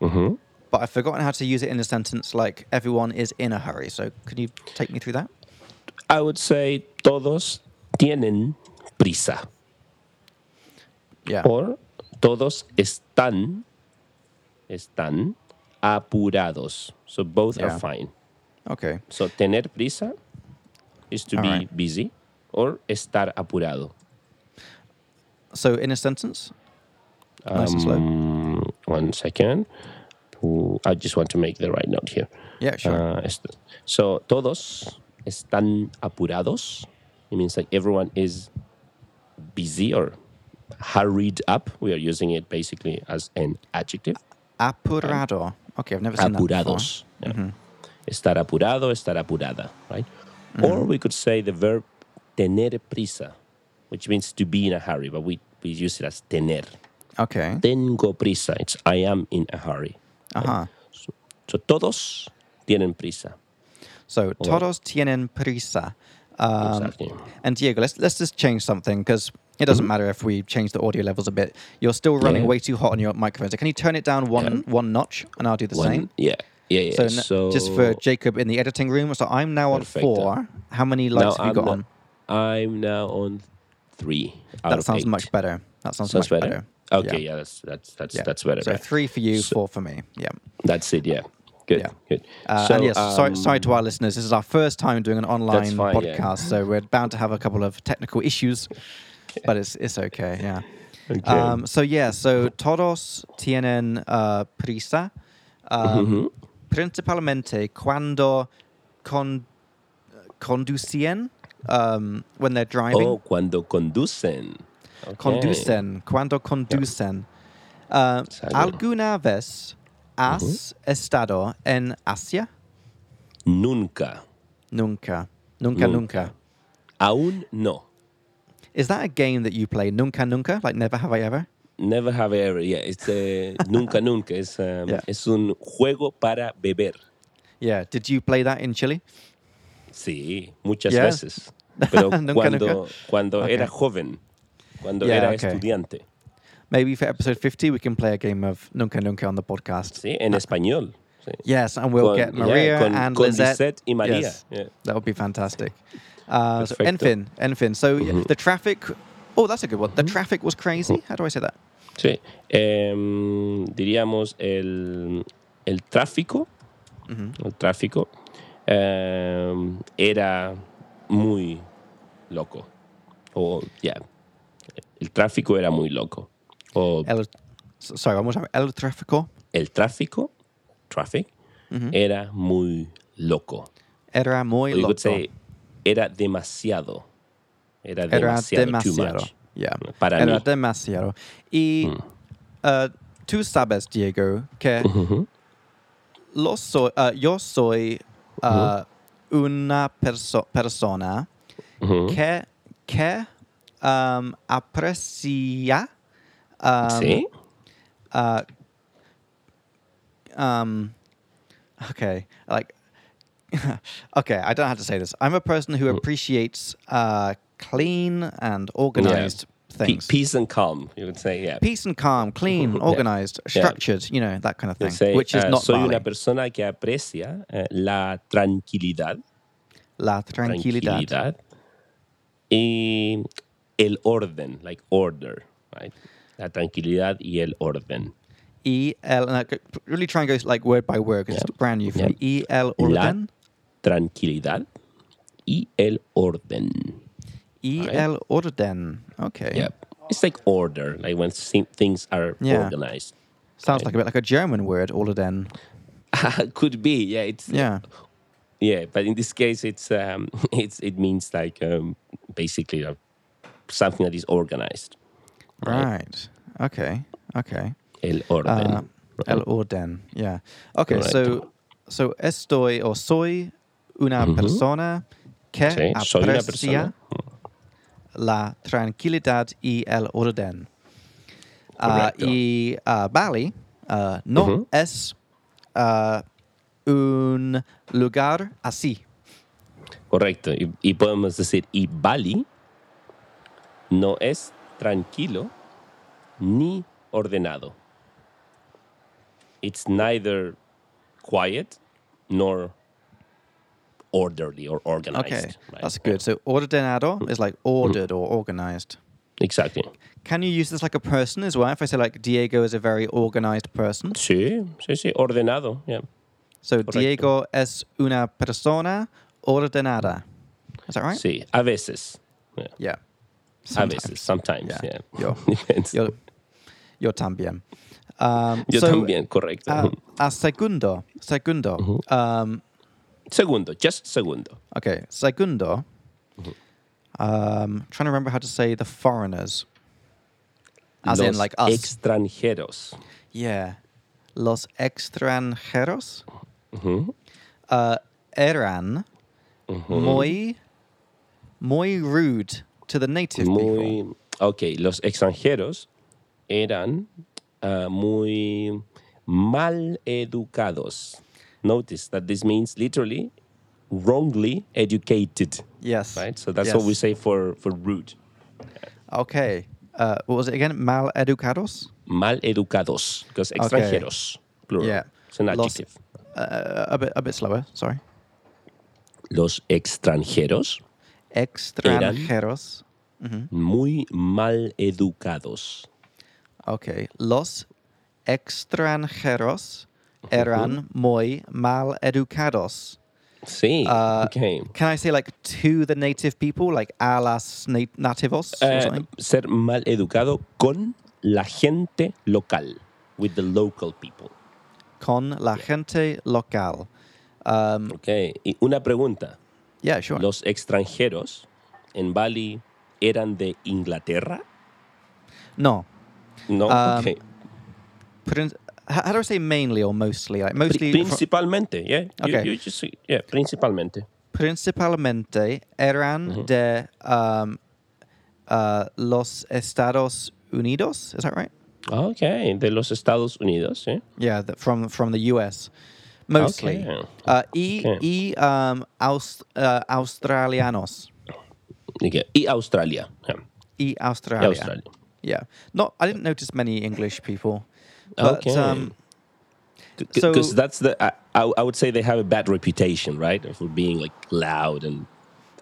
Ujú.
but I've forgotten how to use it in a sentence like everyone is in a hurry. So can you take me through that?
I would say todos tienen prisa.
Yeah.
Or todos están, están apurados. So both
Yeah.
are fine.
Okay.
So tener prisa is to
All
be
right.
busy or estar apurado.
So in a sentence, nice and slow.
Um, one second. Ooh, I just want to make the right note here.
Yeah, sure.
Uh, est- so todos están apurados. It means like everyone is busy or hurried up. We are using it basically as an adjective.
Apurado. Okay, I've never seen that before.
Apurados. Yeah.
Mm-hmm.
Estar apurado, estar apurada, right?
Mm-hmm.
Or we could say the verb tener prisa, which means to be in a hurry, but we, we use it as tener.
Okay.
Tengo prisa. It's I am in a hurry.
Uh huh.
So, so todos tienen prisa.
So todos tienen prisa. Um,
exactly. Mm-hmm.
And Diego, let's let's just change something because it doesn't matter if we change the audio levels a bit. You're still running
Yeah.
way too hot on your microphone. So can you turn it down one one notch, and I'll do the
One,
same.
yeah, yeah, yeah.
So,
So,
n- just for Jacob in the editing room. So I'm now on
Perfecto.
four. How many
now
lights have you
I'm
got
no-
on?
I'm now on three. out
That
of
sounds
eight.
much better. That sounds,
Sounds
much
better. Okay, yeah. that's that's that's that's better.
So
right?
three for you, four for me. Yeah.
That's it. Yeah, good,
Yeah.
good.
Uh, and yes, sorry,
um,
sorry to our listeners. This is our first time doing an online
fine, yeah.
podcast, so we're bound to have a couple of technical issues, but it's it's okay. Yeah.
Okay.
Um, so yeah, so todos tienen uh, prisa,
Mm-hmm.
um, principalmente cuando con conducen um, when they're driving.
oh, cuando conducen. Okay.
Conducen, cuando conducen. Uh,
Exacto.
¿Alguna vez has
Mm-hmm.
estado en Asia?
Nunca.
Nunca. Nunca, nunca.
Aún no.
Is that a game that you play? Nunca, nunca? Like never have I ever?
Never have I ever. Yeah, it's eh, nunca nunca. Es um,
Yeah.
es un juego para beber.
Yeah. Did you play that in Chile?
Sí, muchas
Yeah.
veces. Pero
Nunca,
cuando
nunca.
cuando
Okay.
era joven, cuando
Yeah,
era
okay.
estudiante.
Maybe for episode 50, we can play a game of Nunca, nunca on the podcast.
Sí, en español. Sí.
Yes, and Ah. we'll
Con-
get
yeah,
Maria
con-
and
con
Lizette.
Lisette y María,
Yes,
yeah.
That would be fantastic. Uh, so,
Perfecto. Mm-hmm.
Enfin, Enfin. So yeah, the traffic. Oh, that's a good one. The traffic was crazy. How do I say that?
Sí. Em, diríamos el, el tráfico. El tráfico em, era muy loco. O, ya. El tráfico era muy loco. O
El, s- sorry, one more time. El tráfico
el tráfico, traffic, era muy loco.
era muy
O you
loco.
could say, era demasiado. Era
era
demasiado. too
demasiado.
much. Mm.
Yeah.
Para
era
mí.
demasiado. Y
Mm.
uh, tú sabes, Diego, que
Mm-hmm.
lo soy, uh, yo soy
Mm-hmm.
uh, una perso- persona
Ujú.
que, que um, aprecia um,
¿Sí?
um, okay, like okay, I don't have to say this. I'm a person who
Mm.
appreciates uh, clean and organized
Pe-
things.
peace and calm, you would say, yeah.
Peace and calm, clean, organized, structured, you know, that kind of
You
thing,
say,
which is
uh,
not
soy
Bali.
una persona que aprecia eh, la tranquilidad,
La tranquilidad.
tranquilidad y el orden, like order, right? La tranquilidad y el orden.
E L. and I could Really try and go like word by word because
Yeah.
it's brand new for me. E L
La
orden.
tranquilidad y el orden.
E L orden. Okay.
Yeah. It's like order, like when thi- things are
Yeah.
organized.
Sounds like a bit like a German word, orden.
Could be, yeah. It's
Yeah.
yeah, but in this case, it's um, it's it means like um, basically uh, something that is organized.
Right. Okay. Okay.
El orden.
Uh, el orden. Yeah. Okay.
Correcto.
So, so estoy or soy una persona que
Sí, soy Mm-hmm. una
aprecia
persona.
la tranquilidad y el orden. Ah,
Correcto.
y ah, Bali ah, no
Mm-hmm.
es ah, un lugar así.
Correcto. Y, y podemos decir, y Bali no es tranquilo ni ordenado. It's neither quiet nor orderly or organized.
Okay,
right?
that's good. So
Mm.
ordenado is like ordered or organized.
Exactly.
Can you use this like a person as well? If I say like Diego is a very organized person,
Sí, sí, sí, ordenado. yeah.
So
Correcto.
Diego es una persona ordenada. Is that right?
Sí, a veces. yeah.
Yeah.
A
Sometimes.
veces, sometimes.
Yeah.
Yeah.
Yo.
Depends.
Yo, yo también. Um,
Yo
so,
también, Uh-huh. correcto.
uh, a segundo, segundo. Um,
segundo, just segundo.
okay, segundo.
Uh-huh.
Um, trying to remember how to say the foreigners. As in,
Los
like us.
Extranjeros.
yeah. Los extranjeros
Mm-hmm.
uh, eran muy, muy rude to the native people.
muy, ok, los extranjeros eran ah, muy mal educados. Notice that this means literally wrongly educated,
Yes.
right? So that's what we
yes.
say for, for rude.
Okay. Uh, what was it again? Mal educados?
Mal educados, because extranjeros, plural.
Yeah.
It's an
Los-
adjective.
Uh, a bit a bit slower, sorry.
Los extranjeros
Extranjeros. Mm-hmm.
muy mal educados.
Okay. Los extranjeros
Mm-hmm.
eran muy mal educados.
Sí.
Ah,
okay.
Can I say like to the native people, like a las na- nativos or
Eh,
something?
ser mal educado con la gente local, with the local people.
Con la gente local. Um,
Okay. Y una pregunta.
yeah, sure.
¿Los extranjeros en Bali eran de Inglaterra?
no.
No.
Um,
okay.
Prin- how how do I say mainly or mostly? Like mostly.
Pri-
fro-
principalmente, yeah. You-
Okay.
you just- yeah, principalmente.
principalmente eran
Mm-hmm.
de um, uh, los Estados Unidos. Is that right?
Okay, de los Estados Unidos, ¿eh?
Yeah, the, from from the U.S. mostly.
Okay.
Uh, y
Okay.
y um, aus, uh, australianos.
Okay. Y Australia. yeah.
Y
Y
Australia.
Australia.
Yeah. Not. I didn't notice many English people. But,
Okay.
Um, So-
because that's the I, I I would say they have a bad reputation, right, for being like loud and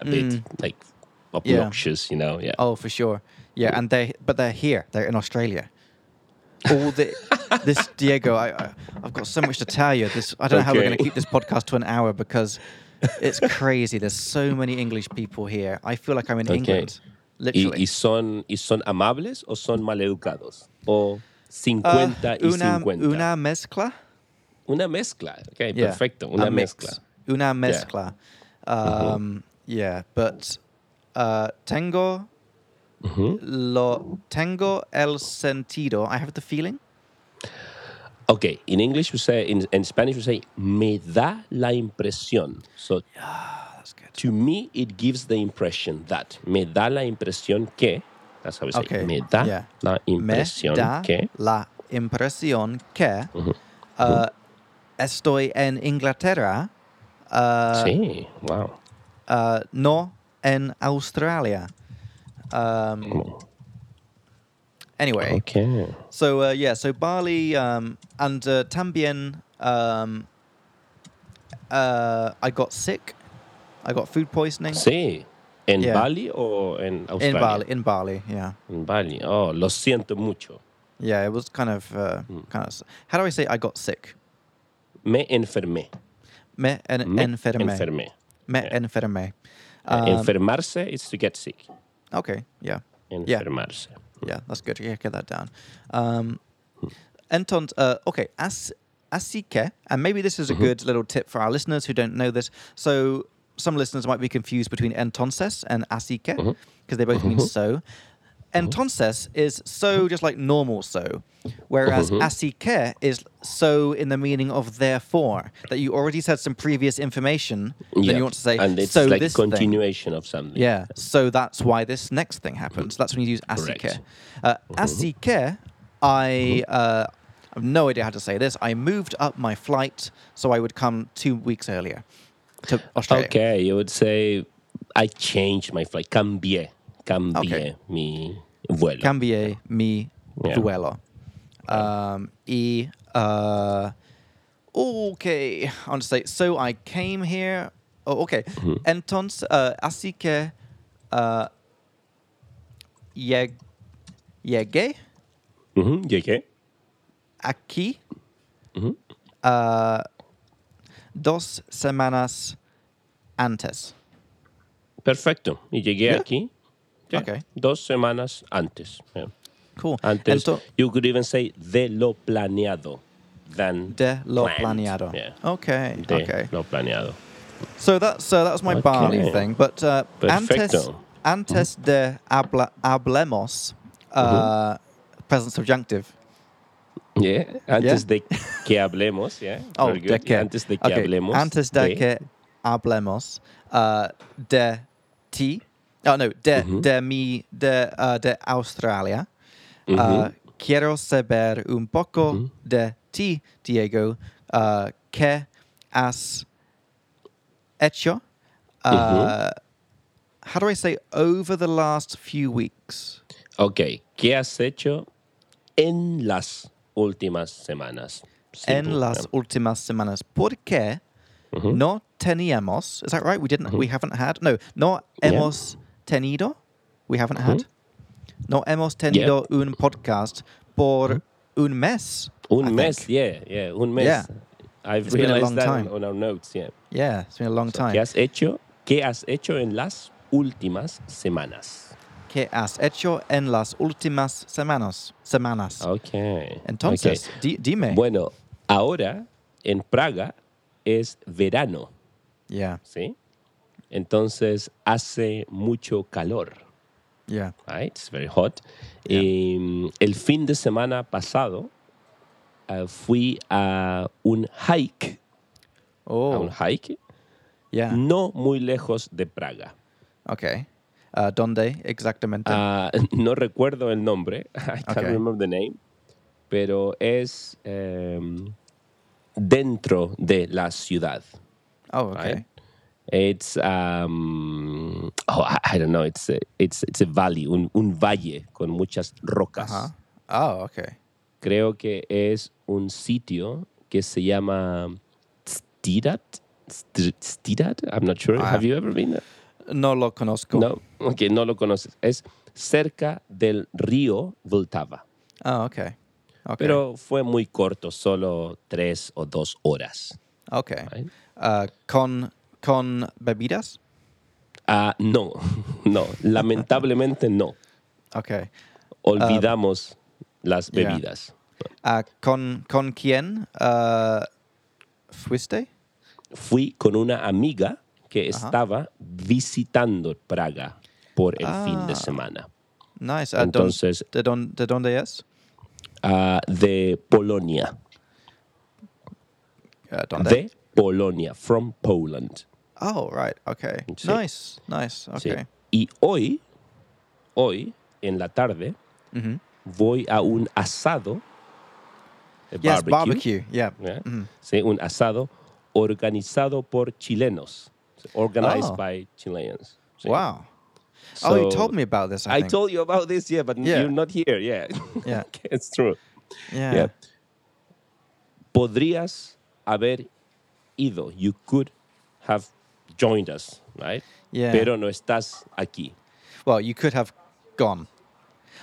a bit like obnoxious, you know? Yeah.
Mm. oh, for sure. Yeah, and they but they're here. They're in Australia. All the this Diego, I, I I've got so much to tell you. This I don't know how we're going to
Okay.
keep this podcast to an hour because it's crazy. There's so many English people here. I feel like I'm in England,
Y,
literally.
y son y son amables o son maleducados o 50
Uh,
y
una
50.
una mezcla.
Una mezcla. Okay,
Yeah,
perfecto.
a
Una
mix.
mezcla. Mm-hmm.
Una mezcla. Um, Yeah, but uh, tengo
Mm-hmm.
lo tengo el sentido. I have the feeling.
Okay, in English we say in, in Spanish we say me da la impresión. So
Ah, That's good.
to me it gives the impression that me da la impresión que that's how we say
Okay,
me da
yeah.
la
me
impresión
da
que
la impresión que uh, estoy en Inglaterra Uh,
sí, wow.
uh, no en Australia. Um, anyway,
Okay.
so uh, yeah, so Bali um, and uh, también um, uh, I got sick. I got food poisoning
Sí. ¿En
Yeah.
Bali o en
in
Australia?
Bali. In Bali, yeah,
En Bali. Oh, lo siento mucho.
yeah. It was kind of uh,
Hmm.
kind of. s- How do I say I got sick?
Me enfermé.
Me en-
Me
enfermé.
enfermé.
Me
Yeah.
enfermé.
Uh,
Um,
Enfermarse is to get sick.
okay, yeah. Yeah.
Enfermarse.
Yeah, that's good. Yeah, get that down. Um,
Hmm.
Enton, uh, okay, as así que, and maybe this
Mm-hmm.
is a good little tip for our listeners who don't know this. So some listeners might be confused between entonces and así que,
Mm-hmm.
because they both mean so. Entonces is so just like normal so, whereas
Mm-hmm.
así que is so in the meaning of therefore that you already said some previous information, then
Yeah.
you want to say
and it's
so
like
this thing.
continuation of something.
Yeah. So that's why this next thing happens. That's when you use así
Correct. Uh-huh.
que. Uh, así que, I uh, have no idea how to say this. I moved up my flight so I would come two weeks earlier to Australia.
Okay, you would say I changed my flight. Cambié, cambié
Okay.
mi vuelo.
Cambié mi
Yeah.
duelo. Um, y uh, okay, I want to say so. I came here. Oh, okay.
Mm-hmm.
Entonces, uh, así que uh, lleg- llegué.
Mhm, llegué.
aquí ah, dos semanas antes.
Perfecto. Y llegué
Yeah.
aquí yeah,
Okay.
dos semanas antes. yeah.
Cool.
Antes,
Ento-
you could even say de lo planeado than
de lo
planned.
planeado.
Yeah.
Okay.
De
okay.
lo planeado.
So that so that was my Bali
Okay.
thing, but uh, antes
Perfecto.
antes de habla, hablemos, uh, present subjunctive.
Yeah. Antes de que hablemos, yeah.
Oh,
very
de
good.
que.
Antes de que
okay.
hablemos.
Antes de, que hablemos uh, de ti. Oh no, de de mi de uh, de Australia. Uh, quiero saber un poco de ti, Diego. Uh, ¿Qué has hecho? Uh, How do I say over the last few weeks?
Ok, ¿qué has hecho en las últimas semanas? Simple.
en las últimas semanas. Porque
Mhm.
no teníamos. Is that right? We didn't. We haven't had. No. No
Yeah.
hemos tenido. We haven't had.
Mhm.
No hemos tenido un podcast por un mes.
Mhm. Un
I
mes,
think.
yeah, yeah, un mes.
Yeah.
I've
It's been a
realized
long
that
time.
on our notes, yeah.
Yeah, it's been a long time.
¿Qué has hecho? ¿Qué has hecho en las últimas semanas?
¿Qué has hecho en las últimas semanas? Semanas.
Ok.
Entonces,
ok.
di- dime.
Bueno, ahora en Praga es verano,
Yeah,
¿sí? Entonces hace mucho calor.
yeah.
right? It's very hot.
Yeah.
Em, el fin de semana pasado eh, fui a un hike, a
Oh, Ah.
un hike
yeah.
no muy lejos de Praga.
Okay. Uh, ¿Dónde exactamente?
Ah, no recuerdo el nombre, I can't
Okay.
remember the name, pero es em, dentro de la ciudad.
oh, okay.
right? It's um, oh, I, I don't know. It's a, it's it's a valley, un, un valle con muchas rocas.
Huh? Oh, okay.
creo que es un sitio que se llama Stirat. St- Stirat? I'm not sure.
Ah.
Have you ever been there?
No lo conozco.
No. Ok, no lo conoces. Es cerca del río Vltava.
Oh, okay. Okay.
Pero fue muy corto, solo tres o dos horas.
okay.
right?
Uh, con con bebidas.
Ah, no, no, lamentablemente no.
Okay.
Olvidamos las
yeah.
bebidas.
Uh, con con quién uh, fuiste?
Fui con una amiga que estaba visitando Praga por el fin de
Ah.
semana.
Nice. Uh, don-
Entonces-
de, don, de dónde es?
Ah, de Polonia.
Uh, ¿dónde?
De Polonia, from Poland.
Oh, right. Okay.
Sí.
Nice. Nice.
Sí.
Okay.
Y hoy, hoy, en la tarde,
Mhm.
voy a un asado. a
Yes, barbecue. Yeah.
¿eh? Sí, un asado organizado por chilenos, so organized
Oh.
by Chileans. So,
Wow. oh, you
so-
told me about this. I,
I
think.
told you about this, yeah, but n-
Yeah.
you're not here, yeah.
Yeah.
it's true.
Yeah.
Yeah. Podrías haber ido. You could have joined us, right?
Yeah.
Pero no estás aquí.
Well, you could have gone.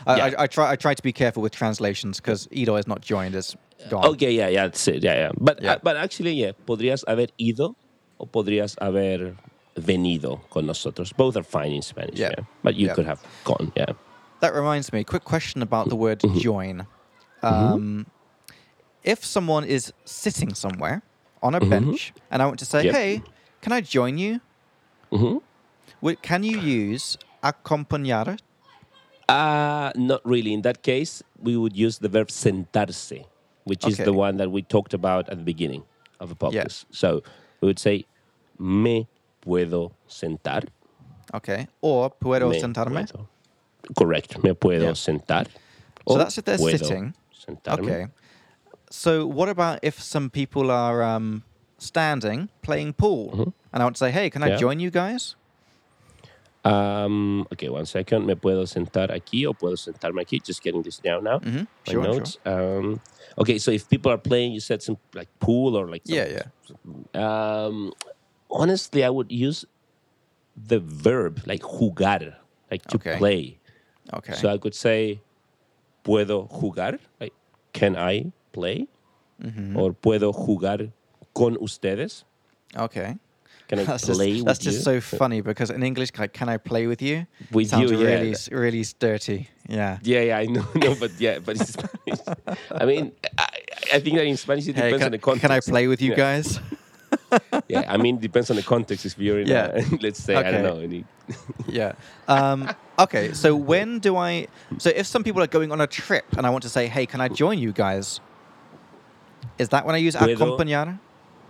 I,
Yeah.
I, I try. I try to be careful with translations because Edo is not joined. Is gone.
Okay, yeah, yeah, that's it. Yeah, yeah. But
Ah. Yeah.
uh, but actually, yeah, podrías haber ido o podrías haber venido con nosotros. Both are fine in Spanish.
Yeah.
Yeah. But you
Yeah.
could have gone. Yeah.
That reminds me. Quick question about the word
Mm-hmm.
join. Um, if someone is sitting somewhere on a bench and I want to say,
Mm-hmm. Yep. Mm-hmm.
"Hey, can I join you?" Wi- Can you use acompañar?
Uh not really. In that case, we would use the verb sentarse, which is
Okay.
the one that we talked about at the beginning of the podcast. So we would say me puedo sentar.
Okay. Or puedo
me
sentarme?
puedo. Correct. Me puedo
Yeah.
sentar.
So
o
that's if they're
puedo
sitting.
sentarme.
Okay. So what about if some people are um, standing playing pool, and I want to say, "Hey, can I
Mm-hmm. Yeah.
join you guys?"
Um, okay, one second. ¿Me puedo sentar aquí o puedo sentarme aquí? Just getting this down now.
Mhm,
My
sure, sure.
notes. Um, okay, so if people are playing, you said some like pool or like some-
Yeah, yeah.
Um, honestly, I would use the verb like jugar, like to
Okay.
play.
Okay.
So I could say puedo jugar, like can I play?
Mm-hmm.
Or puedo jugar con ustedes?
okay.
Can I
That's just,
play with
that's just
you?
so funny because in English, like, can I play with you?
With
sounds
you, yeah.
really, s- really dirty. Yeah.
Yeah, yeah, I know, no, but yeah, but in Spanish, I mean, I, I think that in Spanish it
Hey,
depends on
can,
the
can
context.
I play with you
Yeah.
guys?
Yeah, I mean, depends on the context. If you're in,
Yeah.
a, let's say, I
Okay.
don't know, any,
yeah. Um, okay. So when do I? So if some people are going on a trip and I want to say, "Hey, can I join you guys?" Is that when I use
Puedo-
acompañar?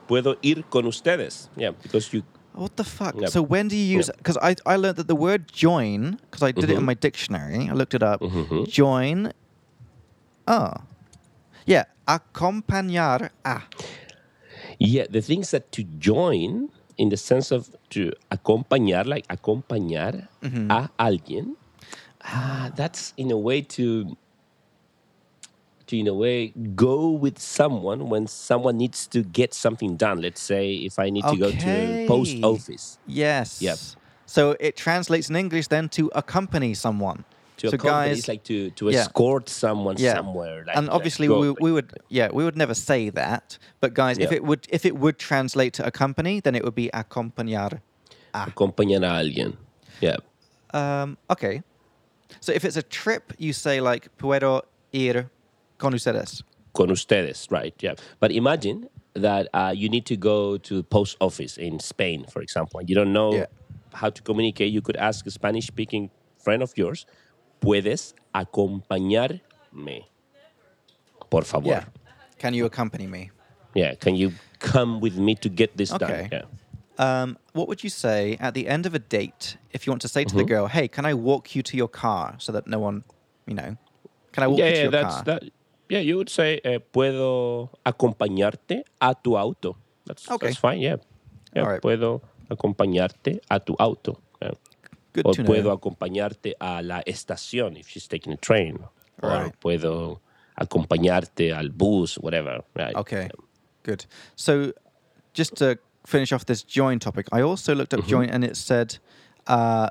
puedo ir con ustedes. Yeah, because you,
What the fuck?
Yeah.
So when do you use?
Yeah.
Because I, I learned that the word join because I did it
Mm-hmm.
in my dictionary. I looked it up. Join. Oh, yeah. Acompañar. Ah,
yeah, the things that to join in the sense of to acompañar, like acompañar
Mm-hmm.
a alguien. Ah, that's in a way to. To, in a way, go with someone when someone needs to get something done. Let's say if I need to go to post
Okay.
office,
yes. So it translates in English then to accompany someone.
to
so
accompany
guys,
it's like to, to
yeah.
escort someone
Yeah.
somewhere like
and
like
obviously
go,
we,
like-
we would yeah we would never say that but guys if
Yeah.
it would if it would translate to accompany then it would be acompañar ah.
acompañar a alguien yeah
um okay so if it's a trip you say like puedo ir con ustedes
con ustedes right yeah but imagine that uh, you need to go to the post office in spain for example and you don't know
Yeah.
how to communicate you could ask a spanish speaking friend of yours puedes acompañarme por favor
yeah can you accompany me
Yeah, can you come with me to get this
Okay.
done yeah
um, what would you say at the end of a date if you want to say to
Mm-hmm.
the girl hey can i walk you to your car so that no one you know can i walk
yeah,
you to
yeah
your
that's
car
that. Yeah, you would say eh, puedo acompañarte a tu auto. That's
Okay.
that's fine. Yeah, yeah
All right.
puedo acompañarte a tu auto. Yeah.
good
Or
to know
puedo acompañarte a la estación if she's taking a train. Or
Right.
puedo acompañarte al bus, whatever. Right.
Okay, good. So, just to finish off this join topic, I also looked up
Mm-hmm.
join and it said uh,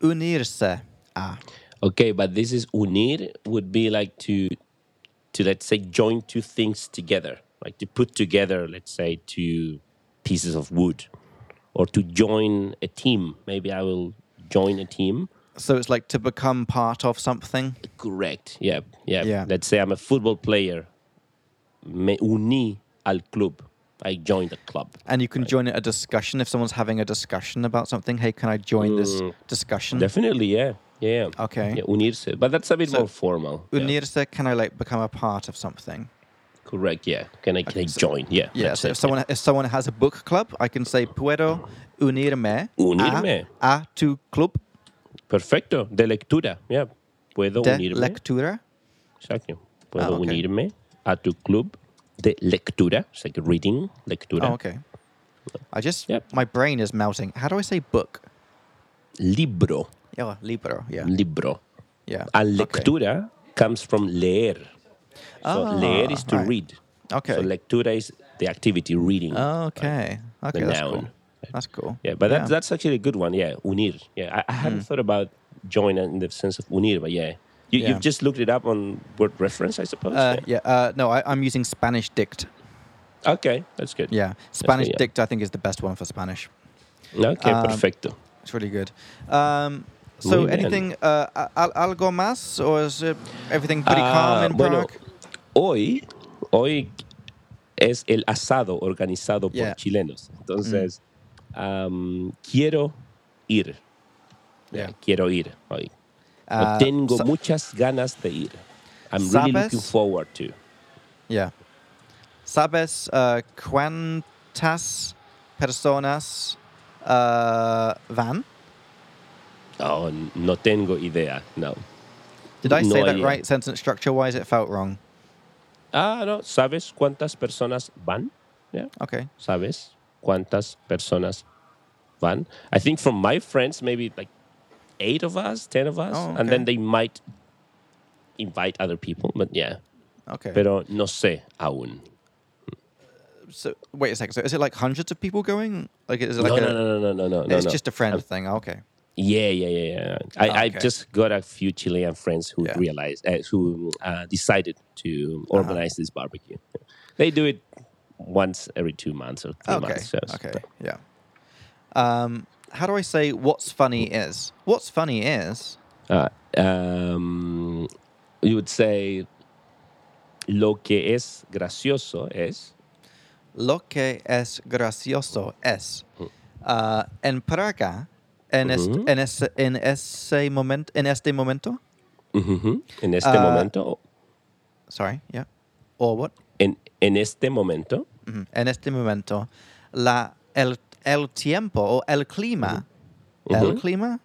unirse. Ah,
Okay, but this is unir would be like to to let's say join two things together, like to put together, let's say two pieces of wood, or to join a team. Maybe I will join a team.
so it's like to become part of something.
Correct. Yeah, yeah.
Yeah.
Let's say I'm a football player. Me uní al club. I joined the club.
And you can join a discussion if someone's having a discussion about something. Hey, can I join this
Mm,
discussion?
Definitely, yeah, yeah. yeah.
Mm-hmm. Okay.
Yeah, unirse, but that's a bit more formal. Yeah.
Unirse, can I like become a part of something?
Correct. Yeah. Can I, can I join? Yeah.
Yeah.
that's
So
it,
if someone if someone has a book club, I can say puedo unirme,
Unirme.
a, a tu club
Perfecto, de lectura, ya. Puedo
de
unirme.
lectura.
Exacto. Puedo
Ah, ok.
unirme a tu club de lectura, it's like reading, lectura.
Oh, okay. I just
Yep.
my brain is melting. How do I say book?
Libro,
Yeah, well, libro. Yeah,
libro.
yeah.
And
okay.
lectura comes from leer. So
Ah,
leer is to
right.
read.
Okay. Ah,
So lectura is the activity, reading.
Okay. Okay.
the
That's
noun.
cool. That's cool.
Yeah, but that, that's actually a good one. Yeah, unir. Yeah, I, I
Mm.
hadn't thought about join in the sense of unir, but yeah. You,
Yeah.
You've just looked it up on word reference, I suppose.
Uh,
yeah.
yeah. Uh, no, I, I'm using Spanish dict.
Okay, that's good.
Yeah, Spanish
yeah.
dict. I think is the best one for Spanish.
Okay,
Um,
perfecto.
It's really good. Um, so,
Muy bien.
anything uh, al- algo más, or is it everything pretty calm
Ah,
in
bueno,
Prague?
hoy, hoy es el asado organizado
Yeah. Mm.
por chilenos. Entonces, am, quiero ir.
Yeah.
Quiero ir hoy.
Uh,
tengo
sa-
muchas ganas de ir. I'm really
¿Sabes?
looking forward to.
Yeah. Sabes uh, cuántas personas uh, van?
Oh, no tengo idea. No.
Did I
No
say that
idea.
right? Sentence structure wise, it felt wrong.
Ah, no. ¿Sabes cuántas personas van? Yeah.
Okay.
¿Sabes cuántas personas van? I think from my friends, maybe like eight of us, ten of us,
Oh,
and then
okay.
they might invite other people. But yeah,
Okay.
pero no sé aún.
so wait a second. So is it like hundreds of people going? Like is it like
No,
a,
no, no, no, no, no, no.
It's
no.
just a friend thing. Oh, Okay.
Yeah, yeah, yeah, yeah. I, I
okay.
just got a few Chilean friends who
Yeah. Uh-huh.
realized, uh, who uh, decided to organize this barbecue. They do it once every two months or three
Okay.
months. so-
Okay. Yeah. Um, how do I say what's funny is? What's funny is?
Uh, um, you would say, lo que es gracioso es.
Lo que es gracioso es. Uh, en Praga, en, est-
Mm-hmm.
en, ese, en, ese moment, en este momento,
Ujú. En este
Ah.
momento,
sorry, yeah, or what?
en, en este momento,
Mhm. En este momento, la, el, el tiempo or el
Mm-hmm.
clima, el
Ujú.
clima,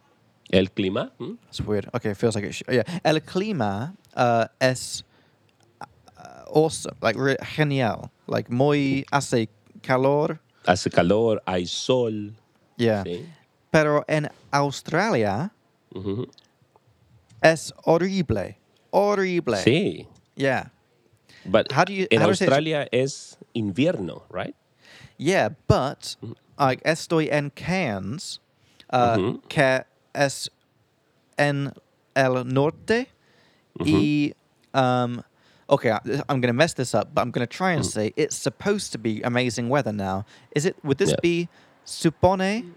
el clima ¿m?
It's weird. Okay, it feels like it. Sh- yeah, El clima uh, es uh, awesome, like re- genial, like muy hace calor.
hace calor, hay sol.
Yeah,
¿sí?
pero en Australia
Ujú.
es horrible, horrible.
Sí.
Yeah,
But
How do you-
in
how do you say-
Australia es invierno, right?
yeah, but like estoy en Cairns, uh,
Mm-hmm.
que es en el norte
Mm-hmm.
y um okay I, i'm gonna mess this up but i'm gonna try
Mm.
and say it's supposed to be amazing weather now is it would this
Yeah. Mm-hmm.
be supone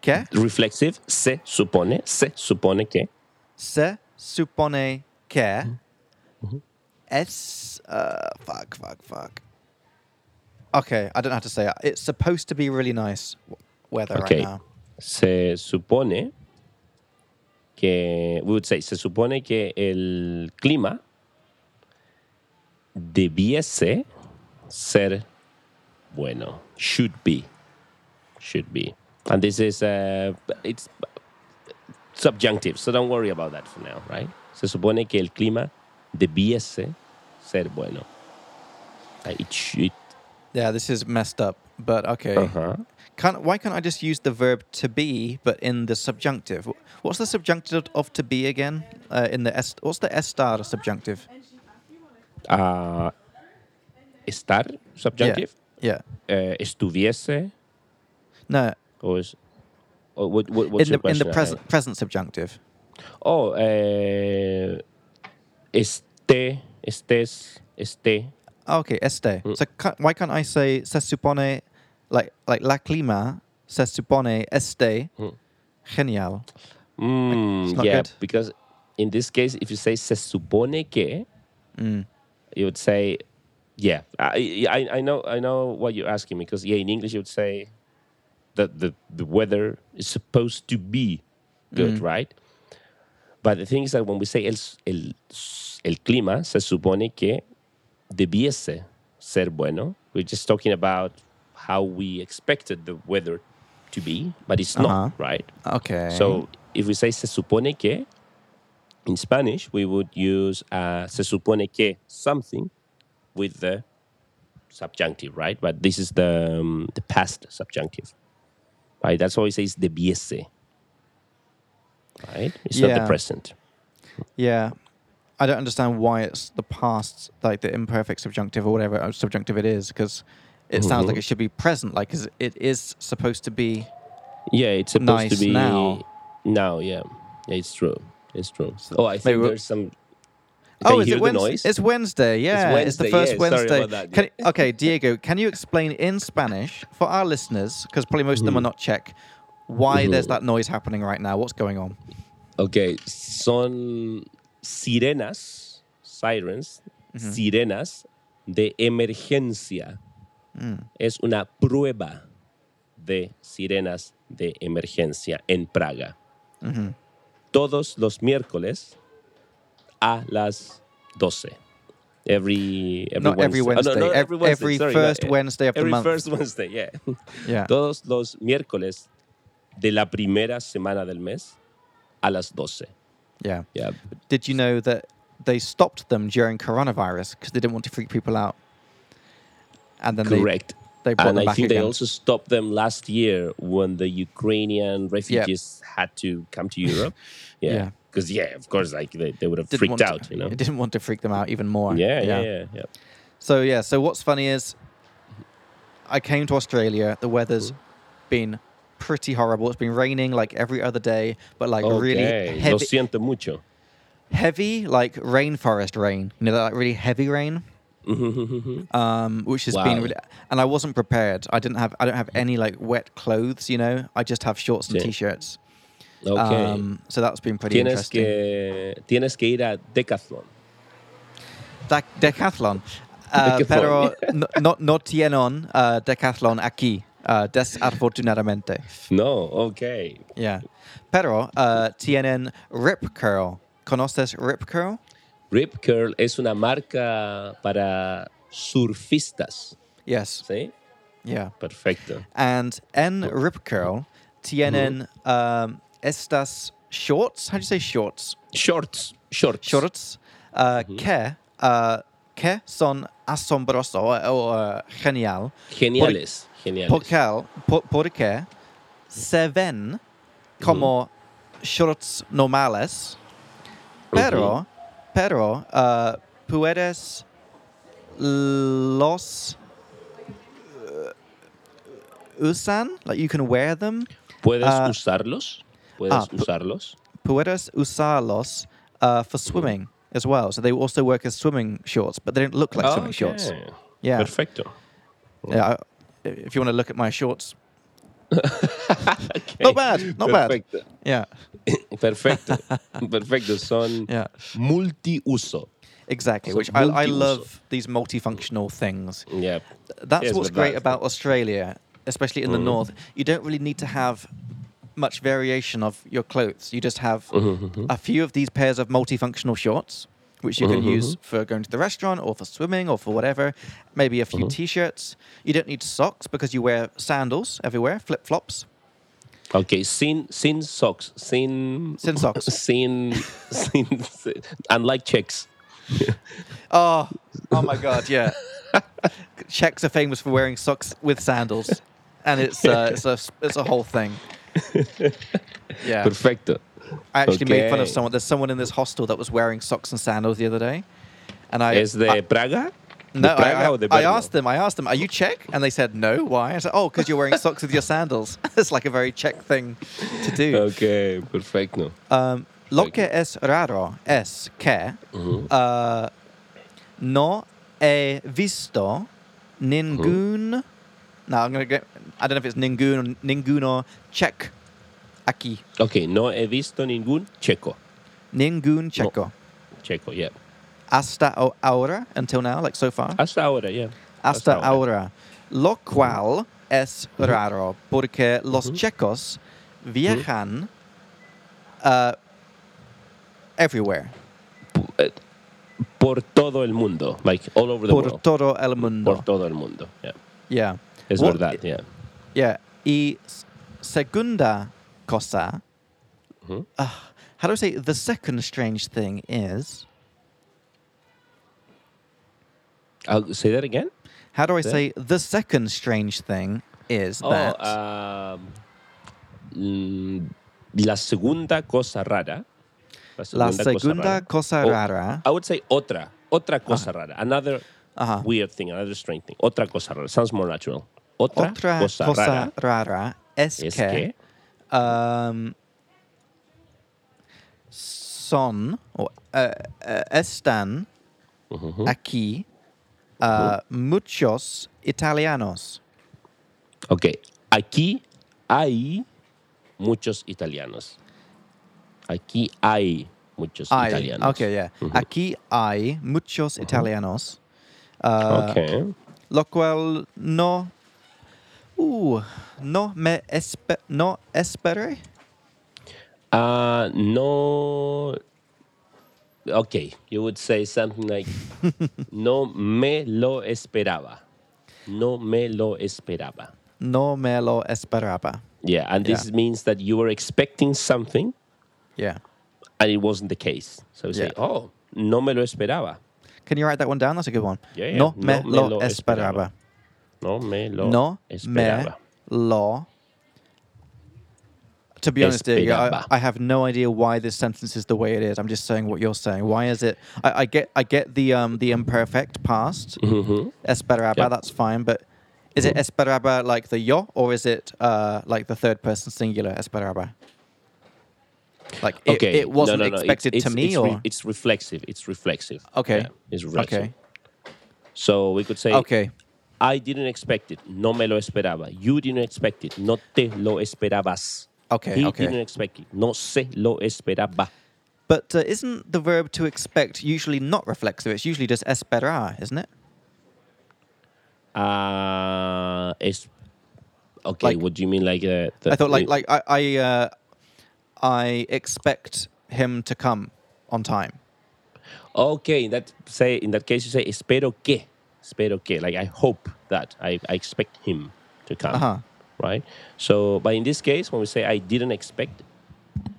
que
Reflexive, se supone, se supone que.
se supone que
Mm-hmm.
es uh fuck fuck fuck okay i don't know how to say it it's supposed to be really nice w- weather
Okay.
right now
Se supone que, we would say, se supone que el clima debiese ser bueno. Should be. Should be. And this is, uh, it's subjunctive, so don't worry about that for now, right? Se supone que el clima debiese ser bueno. Uh, It should.
yeah this is messed up but okay
Uh-huh.
Can't, why can't I just use the verb to be, but in the subjunctive? Wh- What's the subjunctive of to be again? Uh, in the est, what's the estar subjunctive?
Uh, estar, subjunctive.
Yeah. yeah.
eh, estuviese
No.
o es o what, what- what's
In
your
the, in the
question?
present present subjunctive.
oh eh, este estés este
Oh, okay, este.
Mm.
So can't, why can't I say se supone, like like la clima se supone este genial?
Mm,
It's not
yeah
good.
because in this case if you say se supone que
Mm.
you would say yeah I, I I know I know what you're asking me because yeah in English you would say that the the weather is supposed to be good
Mm.
right But the thing is that when we say el, el, el clima, se supone que debiese ser bueno. We're just talking about how we expected the weather to be, but it's
Uh-huh.
not, right?
Okay.
So if we say se supone que, in Spanish, we would use uh, se supone que something with the subjunctive, right? But this is the um, the past subjunctive, right? That's why it says debiese, right? It's not
Yeah.
the present.
Yeah. I don't understand why it's the past, like the imperfect subjunctive or whatever uh, subjunctive it is, because it sounds
Mm-hmm.
like it should be present. Like, 'cause it is supposed to be.
Yeah, it's supposed
Nice
to be
now.
now, yeah. yeah, it's true. It's true. oh, I
maybe
think
we'll-
there's some. Can
oh,
you
is
hear
it
the
Wednesday?
noise?
It's Wednesday. Yeah, it's,
Wednesday,
the first
yeah, sorry
Wednesday.
about that,
Can- okay, Diego, can you explain in Spanish for our listeners, because probably most of
Mm-hmm.
them are not Czech, why there's that noise happening right now? What's going on?
Okay, son sirenas, sirens, sirenas de emergencia.
Mm.
Es una prueba de sirenas de emergencia en Praga. Todos los miércoles a las 12. Every, every
Not every
Wednesday. Oh, no,
Wednesday,
not
ev-
every Wednesday,
every
sorry,
first
eh,
Wednesday of the
every
month.
first Wednesday, yeah.
Yeah.
Todos los miércoles de la primera semana del mes a las 12.
Yeah.
Yeah.
Did you know that they stopped them during coronavirus because they didn't want to freak people out? And then they
Correct.
they brought
and
them
I
back
think they
again.
also stopped them last year when the Ukrainian refugees had to come to Europe.
Yeah.
Yeah. Because, yeah. of course, like they, they would have
didn't
freaked
want
out,
to,
you know?
It didn't want to freak them out even more.
Yeah, yeah, yeah, yeah.
So yeah, so what's funny is I came to Australia, the weather's been pretty horrible. It's been raining like every other day, but like really
Okay. Lo
heavy um,
siento mucho.
heavy like rainforest rain. You know that like really heavy rain. um, which has been
Mm-hmm. Wow.
really, and I wasn't prepared. I didn't have I don't have any like wet clothes, you know. I just have shorts and
Sí.
t-shirts.
Okay.
Um, so that's been pretty
tienes,
interesting.
que, tienes que ir a Decathlon.
Dac- decathlon. Uh,
Decathlon.
pero no, no, no tienen uh, decathlon aquí, uh, desafortunadamente.
No, okay.
Yeah. Pero uh, tienen Rip Curl. ¿Conoces Rip Curl?
Rip Curl es una marca para surfistas.
Yes.
¿Sí?
Yeah.
Perfecto.
And en Rip Curl tienen um, estas shorts. How do you say shorts?
Shorts. Shorts.
shorts uh, que, uh, que son asombroso o, o, uh, genial.
Geniales. Geniales.
Porque, por, porque se ven como shorts normales, pero, pero uh, puedes los uh, usan, like you can wear them,
¿Puedes
Ah.
usarlos? ¿Puedes
Ah, pu-
usarlos?
puedes usarlos uh, for swimming as well. So they also work as swimming shorts, but they don't look like swimming shorts.
Oh, Okay.
Yeah.
Ah, Perfecto.
Yeah. I, if you want to look at my shorts, not bad, not
Perfecto.
bad. Yeah,
Perfecto. Perfecto. Son
yeah,
multiuso.
exactly.
So
Which I, I
multi-use.
love these multifunctional things.
Yeah.
That's
Yes,
what's
but
great
that's-
about Australia, especially in the north. You don't really need to have much variation of your clothes. You just have a few of these pairs of multifunctional shorts, which you can use for going to the restaurant or for swimming or for whatever. Maybe a few t-shirts. You don't need socks because you wear sandals everywhere, flip flops.
Ok, sin, sin socks. Sin.
Sin socks.
Sin. sin unlike checks.
Oh, oh my God, yeah. Czechs are famous for wearing socks with sandals, and it's uh, it's a it's a whole thing. Yeah,
Perfecto.
I actually made fun of
Okay.
someone. There's someone in this hostel that was wearing socks and sandals the other day, and I
¿Es de
I-
Praga? ¿De
no, I,
Praga
I,
o de
I
Brno?
asked them. I asked them, "Are you Czech?" And they said, "No." Why? I said, "Oh, because you're wearing socks with your sandals." it's like a very Czech thing to do.
Ok, perfecto.
Um, lo que es raro es que uh, no he visto ningún. No, I'm gonna get. I don't know if it's ninguno, ninguno check. Aquí,
Ok, no he visto ningún checo.
ningún checo.
Checo, yeah.
Hasta o- ahora, until now, like so far.
Hasta ahora, yeah.
Hasta ahora. Lo cual es raro, porque los checos viajan uh, everywhere.
Eh, Por todo el mundo. Like, all over the
Por
world.
todo el mundo.
Por todo el mundo. yeah.
Yeah.
Es
What-
verdad, yeah.
Yeah. Y s- segunda cosa.
Mhm.
Ah, how do I say the second strange thing is?
I'll say that again.
How do I say the second strange thing is
Oh,
that?
um, mm, la segunda cosa rara.
La segunda cosa
O-
rara.
I would say otra. Otra cosa rara. Another weird thing, another strange thing. Otra cosa rara. Sounds more natural. Otra,
Otra
cosa,
cosa,
rara
rara, es,
es
que,
que
um, son o eh, eh, están aquí uh, muchos italianos.
Ok, aquí hay muchos italianos. Aquí hay muchos
Hay-
italianos.
Okay, yeah. Aquí hay muchos italianos. Uh,
Ok.
Lo cual no. Uh, no me espe no esperé.
Ah, no. Okay, you would say something like, no me lo esperaba. No me lo esperaba.
No me lo esperaba.
Yeah, and this
Yeah.
means that you were expecting something
Yeah.
and it wasn't the case. So you say,
Yeah.
oh, no me lo esperaba.
Can you write that one down? That's a good one.
Yeah, yeah.
No me lo, esperaba.
No me lo
No me
esperaba.
lo. To be honest, Diego, I,
Esperaba.
I have no idea why this sentence is the way it is. I'm just saying what you're saying. Why is it? I, I get, I get the um, the imperfect past.
Mhm.
Esperaba,
Yeah.
that's fine, but is
Mm-hmm.
it esperaba like the yo, or is it uh, like the third person singular esperaba? Like it,
Okay.
it wasn't
no, no, no.
expected
it's,
to
it's,
me,
it's
or
re- it's reflexive. It's reflexive.
Okay.
Yeah, it's reflexive.
okay,
So we could say,
okay,
I didn't expect it. No me lo esperaba. You didn't expect it. No te lo esperabas.
Okay,
He
okay.
didn't expect it. No se lo esperaba.
but uh, isn't the verb to expect usually not reflexive? It's usually just esperar, isn't it?
Uh, es, okay,
Like-
what do you mean? Like uh, the,
I thought like
the-
like I I, uh, I expect him to come on time.
Okay, in that say in that case you say espero que, espero que. Like I hope that I, I expect him to come,
Uh-huh.
right? So, but in this case, when we say I didn't expect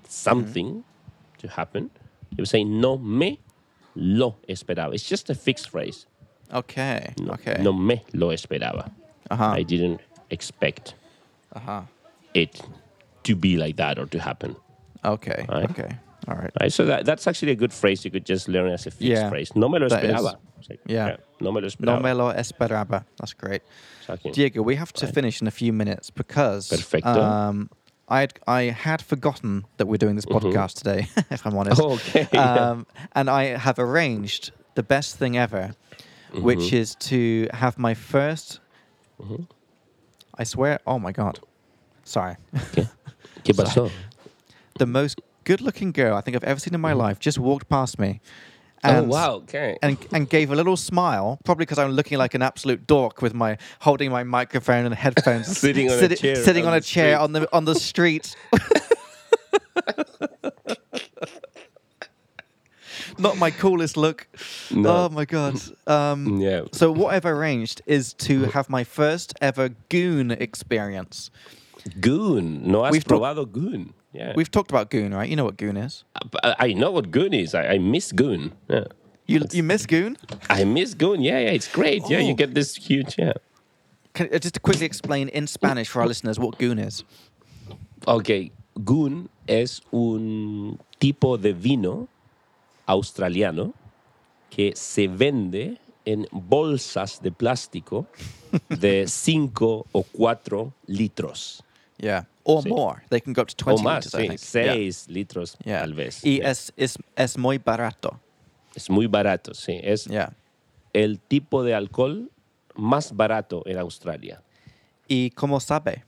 something
Mm-hmm.
to happen, you say no me lo esperaba. It's just a fixed phrase.
Okay,
No,
okay,
no me lo esperaba.
uh-huh,
I didn't expect
uh-huh.
it to be like that or to happen.
okay,
Right.
okay, all right.
Right, so that, that's actually a good phrase you could just learn as a fixed
Yeah,
phrase. No me lo
that is-
esperaba. It's like,
yeah.
No me lo esperaba.
No me lo esperaba. That's great.
Exactly.
Diego, we have to finish in a few minutes because
Perfecto.
um, I had I had forgotten that we're doing this podcast today, if I'm honest.
Mm-hmm. Okay, yeah.
Um, and I have arranged the best thing ever, which
Mm-hmm.
is to have my 1st I swear, oh my god, sorry,
¿Qué pasó?
the most good-looking girl I think I've ever seen in my life just walked past me.
Mm-hmm. oh
and-
wow, okay.
and, and gave a little smile, probably because I'm looking like an absolute dork with my holding my microphone and headphones,
Sitting on a
sitting-
chair
sitting
on
on a
the
chair
street.
on the on the street. Not my coolest look.
No.
Oh my god. Um,
Yeah.
So what I've arranged is to have my first ever goon experience.
Goon. No has
We've talk-
probado Goon. Yeah.
We've talked about goon, right? You know what goon is.
I, I know what Goon is. I, I miss Goon. Yeah.
You you miss goon?
I miss Goon. Yeah, yeah. It's great. Yeah, you
Oh.
get this huge. Yeah.
Can, uh, just to quickly explain in Spanish for our listeners what goon is.
Okay. Goon es un tipo de vino australiano que se vende en bolsas de plástico de 5 o 4 litros.
Yeah. Or
Sí.
more. They can go up to
O
20
más,
liters, I
sí,
think.
6 litros
yeah.
tal vez.
Y
Yeah.
es, es, es muy barato.
Es muy barato, sí. Es
Yeah.
el tipo de alcohol más barato en Australia.
Y como sabe?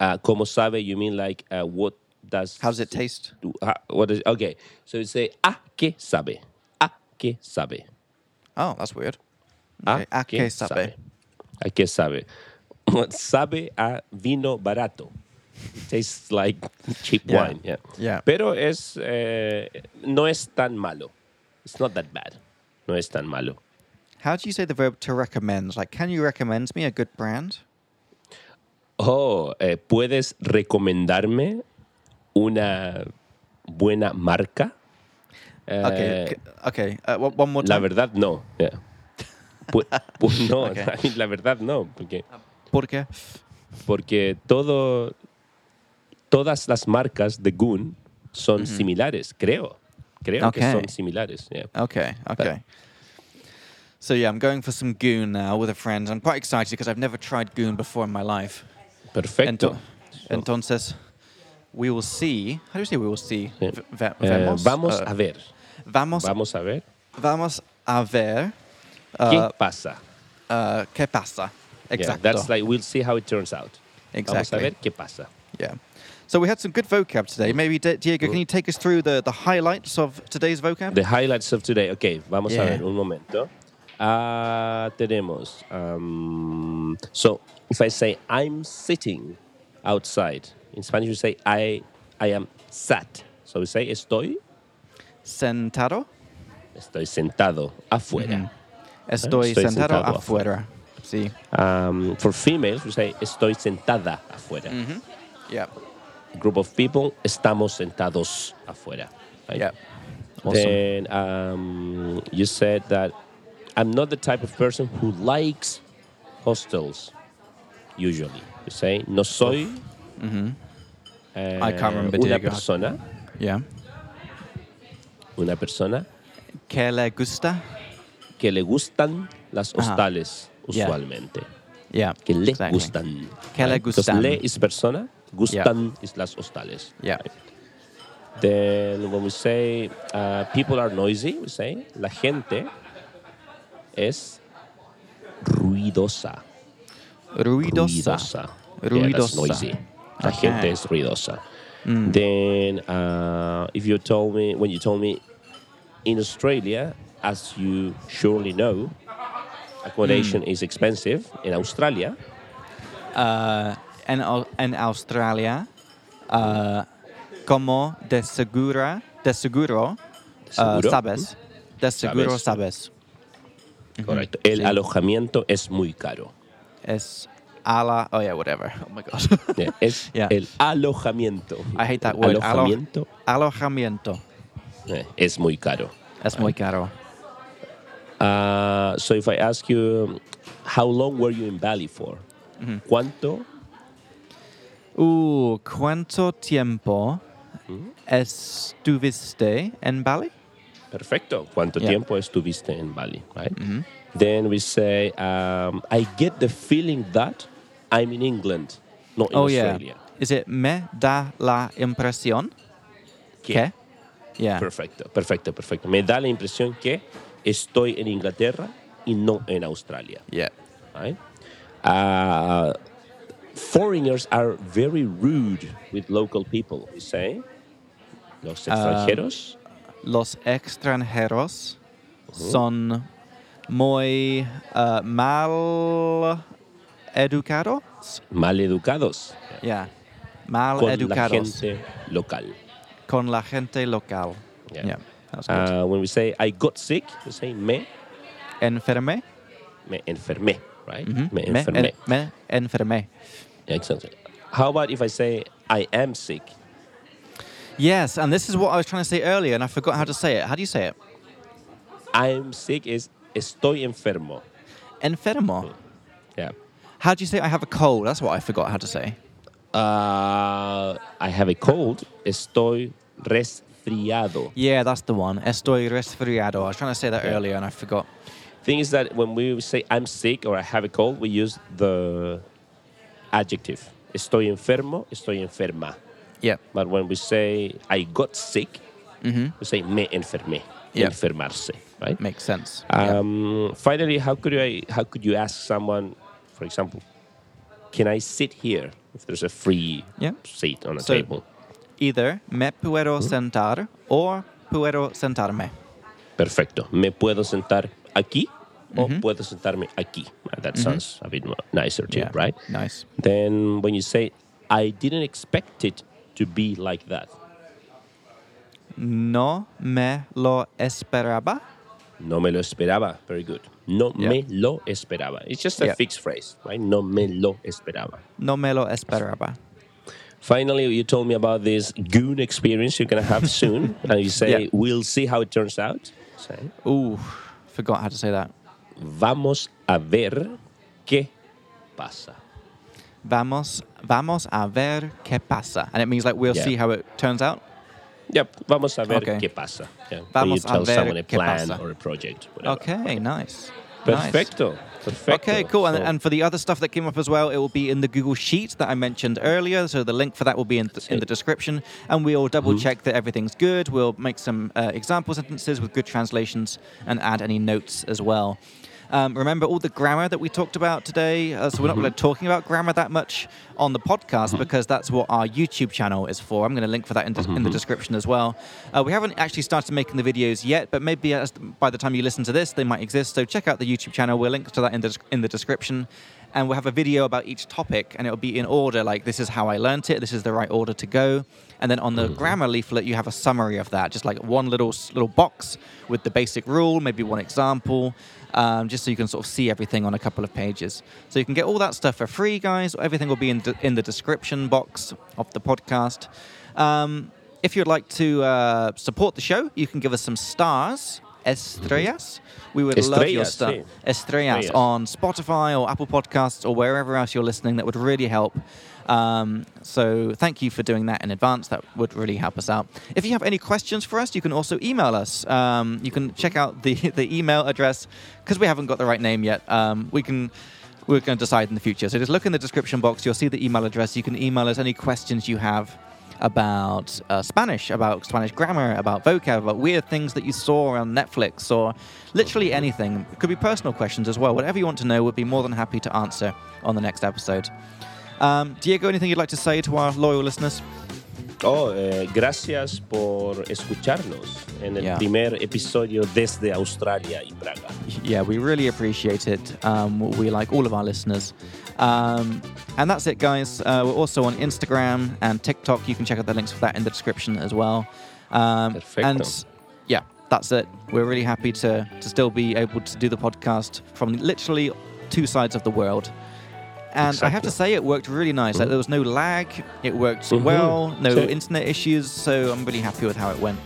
Uh, como sabe, you mean like uh, what does...
How does it taste?
do- ha- what is, okay, so you say a que sabe, a que sabe,
Oh, that's weird.
a,
Okay, ¿a Ah, qué sabe?
a que Ah, sabe. sabe a vino barato. It tastes like cheap
Yeah.
wine. Yeah.
Yeah.
Pero es eh, no es tan malo. It's not that bad. No es tan malo.
How do you say the verb to recommend? Like, can you recommend me a good brand?
Oh, eh, ¿puedes recomendarme una buena marca? Eh,
Okay. c- Okay. Uh, one one more
La
time.
verdad, no. Yeah. Pues, pues no, o sea, la verdad no, porque,
¿Por qué?
porque todo, todas las marcas de Goon son similares, creo. Creo que son
Okay.
similares. yeah.
Okay, okay. So yeah, I'm going for some goon now with a friend. I'm quite excited because I've never tried goon before in my life.
Perfecto.
Ento- entonces, we will see. How do you say we will see?
Yeah.
V- ve-
Eh,
vemos,
vamos
uh,
a ver.
Vamos,
Vamos a ver.
vamos a ver
¿Qué
uh,
pasa?
uh, qué pasa.
Yeah,
Exacto.
that's like we'll see how it turns out. Vamos a
Exactly.
ver qué pasa.
Yeah. So we had some good vocab today.
Mm-hmm.
Maybe D- Diego, can you take us through the, the highlights of today's vocab?
The highlights of today. Ok, vamos a
Yeah.
ver un momento. Ah, tenemos. um, so, if I say I'm sitting outside, in Spanish we say I, I am sat. So we say estoy,
Sentado.
estoy sentado
Estoy,
afuera. Eh, Estoy
sentado,
sentado
afuera. Sí.
Um, for females we say estoy sentada afuera.
Mm-hmm. Yeah.
Group of people estamos sentados afuera. right?
Yeah. Awesome.
Then um, you said that I'm not the type of person who likes hostels. Usually, you say no soy. eh,
Mm-hmm. I can't remember,
una
Diego.
persona,
yeah.
una persona
Que le gusta.
que le gustan las hostales
Yeah.
usualmente.
Yeah.
Que le
exactly.
gustan.
Que le
right? Entonces,
gustan.
le is persona, gustan is las hostales.
Yeah.
Then when we say uh, people are noisy, we say la gente es ruidosa.
Ruidosa.
Ruidosa. Yeah,
Ruidosa.
that's
Mm.
noisy. La
Okay.
gente es ruidosa. Then uh, if you told me, when you told me in Australia, as you surely know, accommodation
Mm.
is expensive in Australia.
En, Au- en Australia, uh, como de segura, de seguro, uh,
Seguro.
sabes. De seguro sabes.
Correcto. El
Sí.
alojamiento es muy caro.
Es a la. Oh yeah, whatever. Oh my god.
Yeah, es
Yeah.
el alojamiento.
I hate that
El
word. Alo-
Alojamiento
alojamiento.
eh, es muy caro.
Es muy caro.
Ah, so if I ask you, how long were you in Bali for?
Mm-hmm.
¿Cuánto?
Uh, ¿cuánto tiempo Mm. estuviste en Bali?
Perfecto. ¿Cuánto
Yeah. Mm-hmm.
tiempo estuviste en Bali? Right? Then we say, um, I get the feeling that I'm in England, not in
oh
Australia.
yeah. Is it me da la impresión que? Yeah.
Perfecto, perfecto, perfecto. Me da la impresión que estoy en Inglaterra y no en Australia.
Yeah.
right? Uh, foreigners are very rude with local people, we say. Los extranjeros
Los extranjeros
Uh-huh.
son muy uh, mal educados.
mal educados
Yeah. Mal
con la
educados
gente local.
con la gente local.
Yeah.
That's good.
Uh, when we say I got sick, we say me,
enfermé. Hmm?
me enfermé, right? Uh, Mm-hmm. Me
Me,
enfermé.
en, me enfermé.
Exactly. How about if I say I am sick?
Yes, and this is what I was trying to say earlier, and I forgot how to say it. How do you say it?
I'm sick is estoy enfermo.
Enfermo.
Yeah.
How do you say I have a cold? That's what I forgot how to say.
Uh, I have a cold. Estoy resfriado.
Yeah, that's the one. Estoy resfriado. I was trying to say that
Yeah.
earlier and I forgot.
thing is that when we say I'm sick or I have a cold, we use the adjective. Estoy enfermo, estoy enferma.
Yeah.
But when we say I got sick, we say me enfermé,
Yeah.
enfermarse, right?
Makes sense. Yeah.
Um, Finally, how could I? How could you ask someone, for example, can I sit here if there's a free
Yeah.
seat on a
So-
table?
Either me puedo sentar or puedo sentarme.
Perfecto. Me puedo sentar aquí o
Mm-hmm.
puedo sentarme aquí. That sounds a bit more nicer too,
Yeah.
right?
Nice.
then when you say i didn't expect it to be like that
No me lo esperaba.
no me lo esperaba very good no
Yeah.
me lo esperaba it's just a
Yeah.
fixed phrase right no me lo esperaba
No me lo esperaba.
finally you told me about this goon experience you're going to have soon and you say
Yeah.
we'll see how it turns out say,
Ooh, forgot how to say that.
Vamos a ver qué pasa.
Vamos, vamos a ver qué pasa. And it means like we'll
Yeah.
see how it turns out.
Yep, vamos a ver
Okay.
qué pasa. Yeah. when
Vamos
you
a
tell
ver
someone a
qué
plan
pasa.
or a project. Whatever.
Okay, nice. Nice.
Perfecto. Perfecto.
Okay, cool. And,
So-
and for the other stuff that came up as well, it will be in the Google Sheet that I mentioned earlier. So the link for that will be in, th- in
it.
the description. And we'll double check that everything's good. We'll make some uh, example sentences with good translations and add any notes as well. Um, remember all the grammar that we talked about today. Uh, so we're not really talking about grammar that much on the podcast because that's what our YouTube channel is for. I'm going to link for that in, the in the description as well. Uh, we haven't actually started making the videos yet, but maybe as, by the time you listen to this, they might exist. So check out the YouTube channel. We'll link to that in the, in the description. And we'll have a video about each topic, and it'll be in order like, this is how I learnt it, this is the right order to go. And then on the
Mm.
grammar leaflet, you have a summary of that, just like one little s- little box with the basic rule, maybe one example, um, just so you can sort of see everything on a couple of pages. So you can get all that stuff for free, guys. Everything will be in, d- in the description box of the podcast. Um, if you'd like to uh, support the show, you can give us some stars, estrellas. We would love your
Mm-hmm. Estrellas,
star
sí.
estrellas
Estrellas.
on Spotify or Apple Podcasts or wherever else you're listening. That would really help. Um, so thank you for doing that in advance. That would really help us out. If you have any questions for us, you can also email us. Um, you can check out the the email address because we haven't got the right name yet. Um, we can. We're going to decide in the future. So just look in the description box. You'll see the email address. You can email us any questions you have about uh, Spanish, about Spanish grammar, about vocab, about weird things that you saw on Netflix, or literally anything. It could be personal questions as well. Whatever you want to know, we'd be more than happy to answer on the next episode. Um, Diego, anything you'd like to say to our loyal listeners?
Oh, eh, gracias por escucharnos en el
Yeah.
primer episodio desde Australia y Praga.
Yeah, we really appreciate it. Um, we like all of our listeners. Um, and that's it, guys. Uh, we're also on Instagram and TikTok. You can check out the links for that in the description as well. Um,
Perfecto.
And yeah, that's it. We're really happy to, to still be able to do the podcast from literally two sides of the world. And I have to
Exactly.
say, it worked really nice. Like, there was no lag, it worked
Mhm.
well, no
Sí.
internet issues. So I'm really happy with how it went.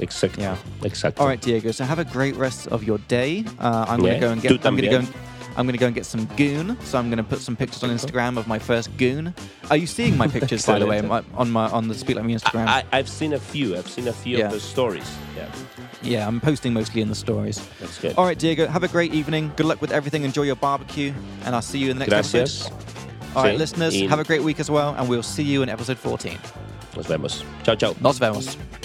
Exacto.
Yeah.
Exacto.
All right, Diego. So have a great rest of your day. Uh, I'm gonna
Yeah,
go and
tú
get. I'm gonna
también.
go. And, I'm gonna go and get some goon. So I'm gonna put some pictures on Instagram of my first goon. Are you seeing my pictures by the way my,
Excelente.
on my on the Speak Like Me Instagram?
I, I- I've seen a few. I've seen a few
Yeah.
of the stories. Yeah.
yeah, I'm posting mostly in the stories.
That's good.
All right, Diego. Have a great evening. Good luck with everything. Enjoy your barbecue, and I'll see you in the next
Gracias.
episode. All right,
Sí,
listeners,
y-
have a great week as well, and we'll see you in episode 14.
Nos vemos. Chao, chao.
Nos vemos.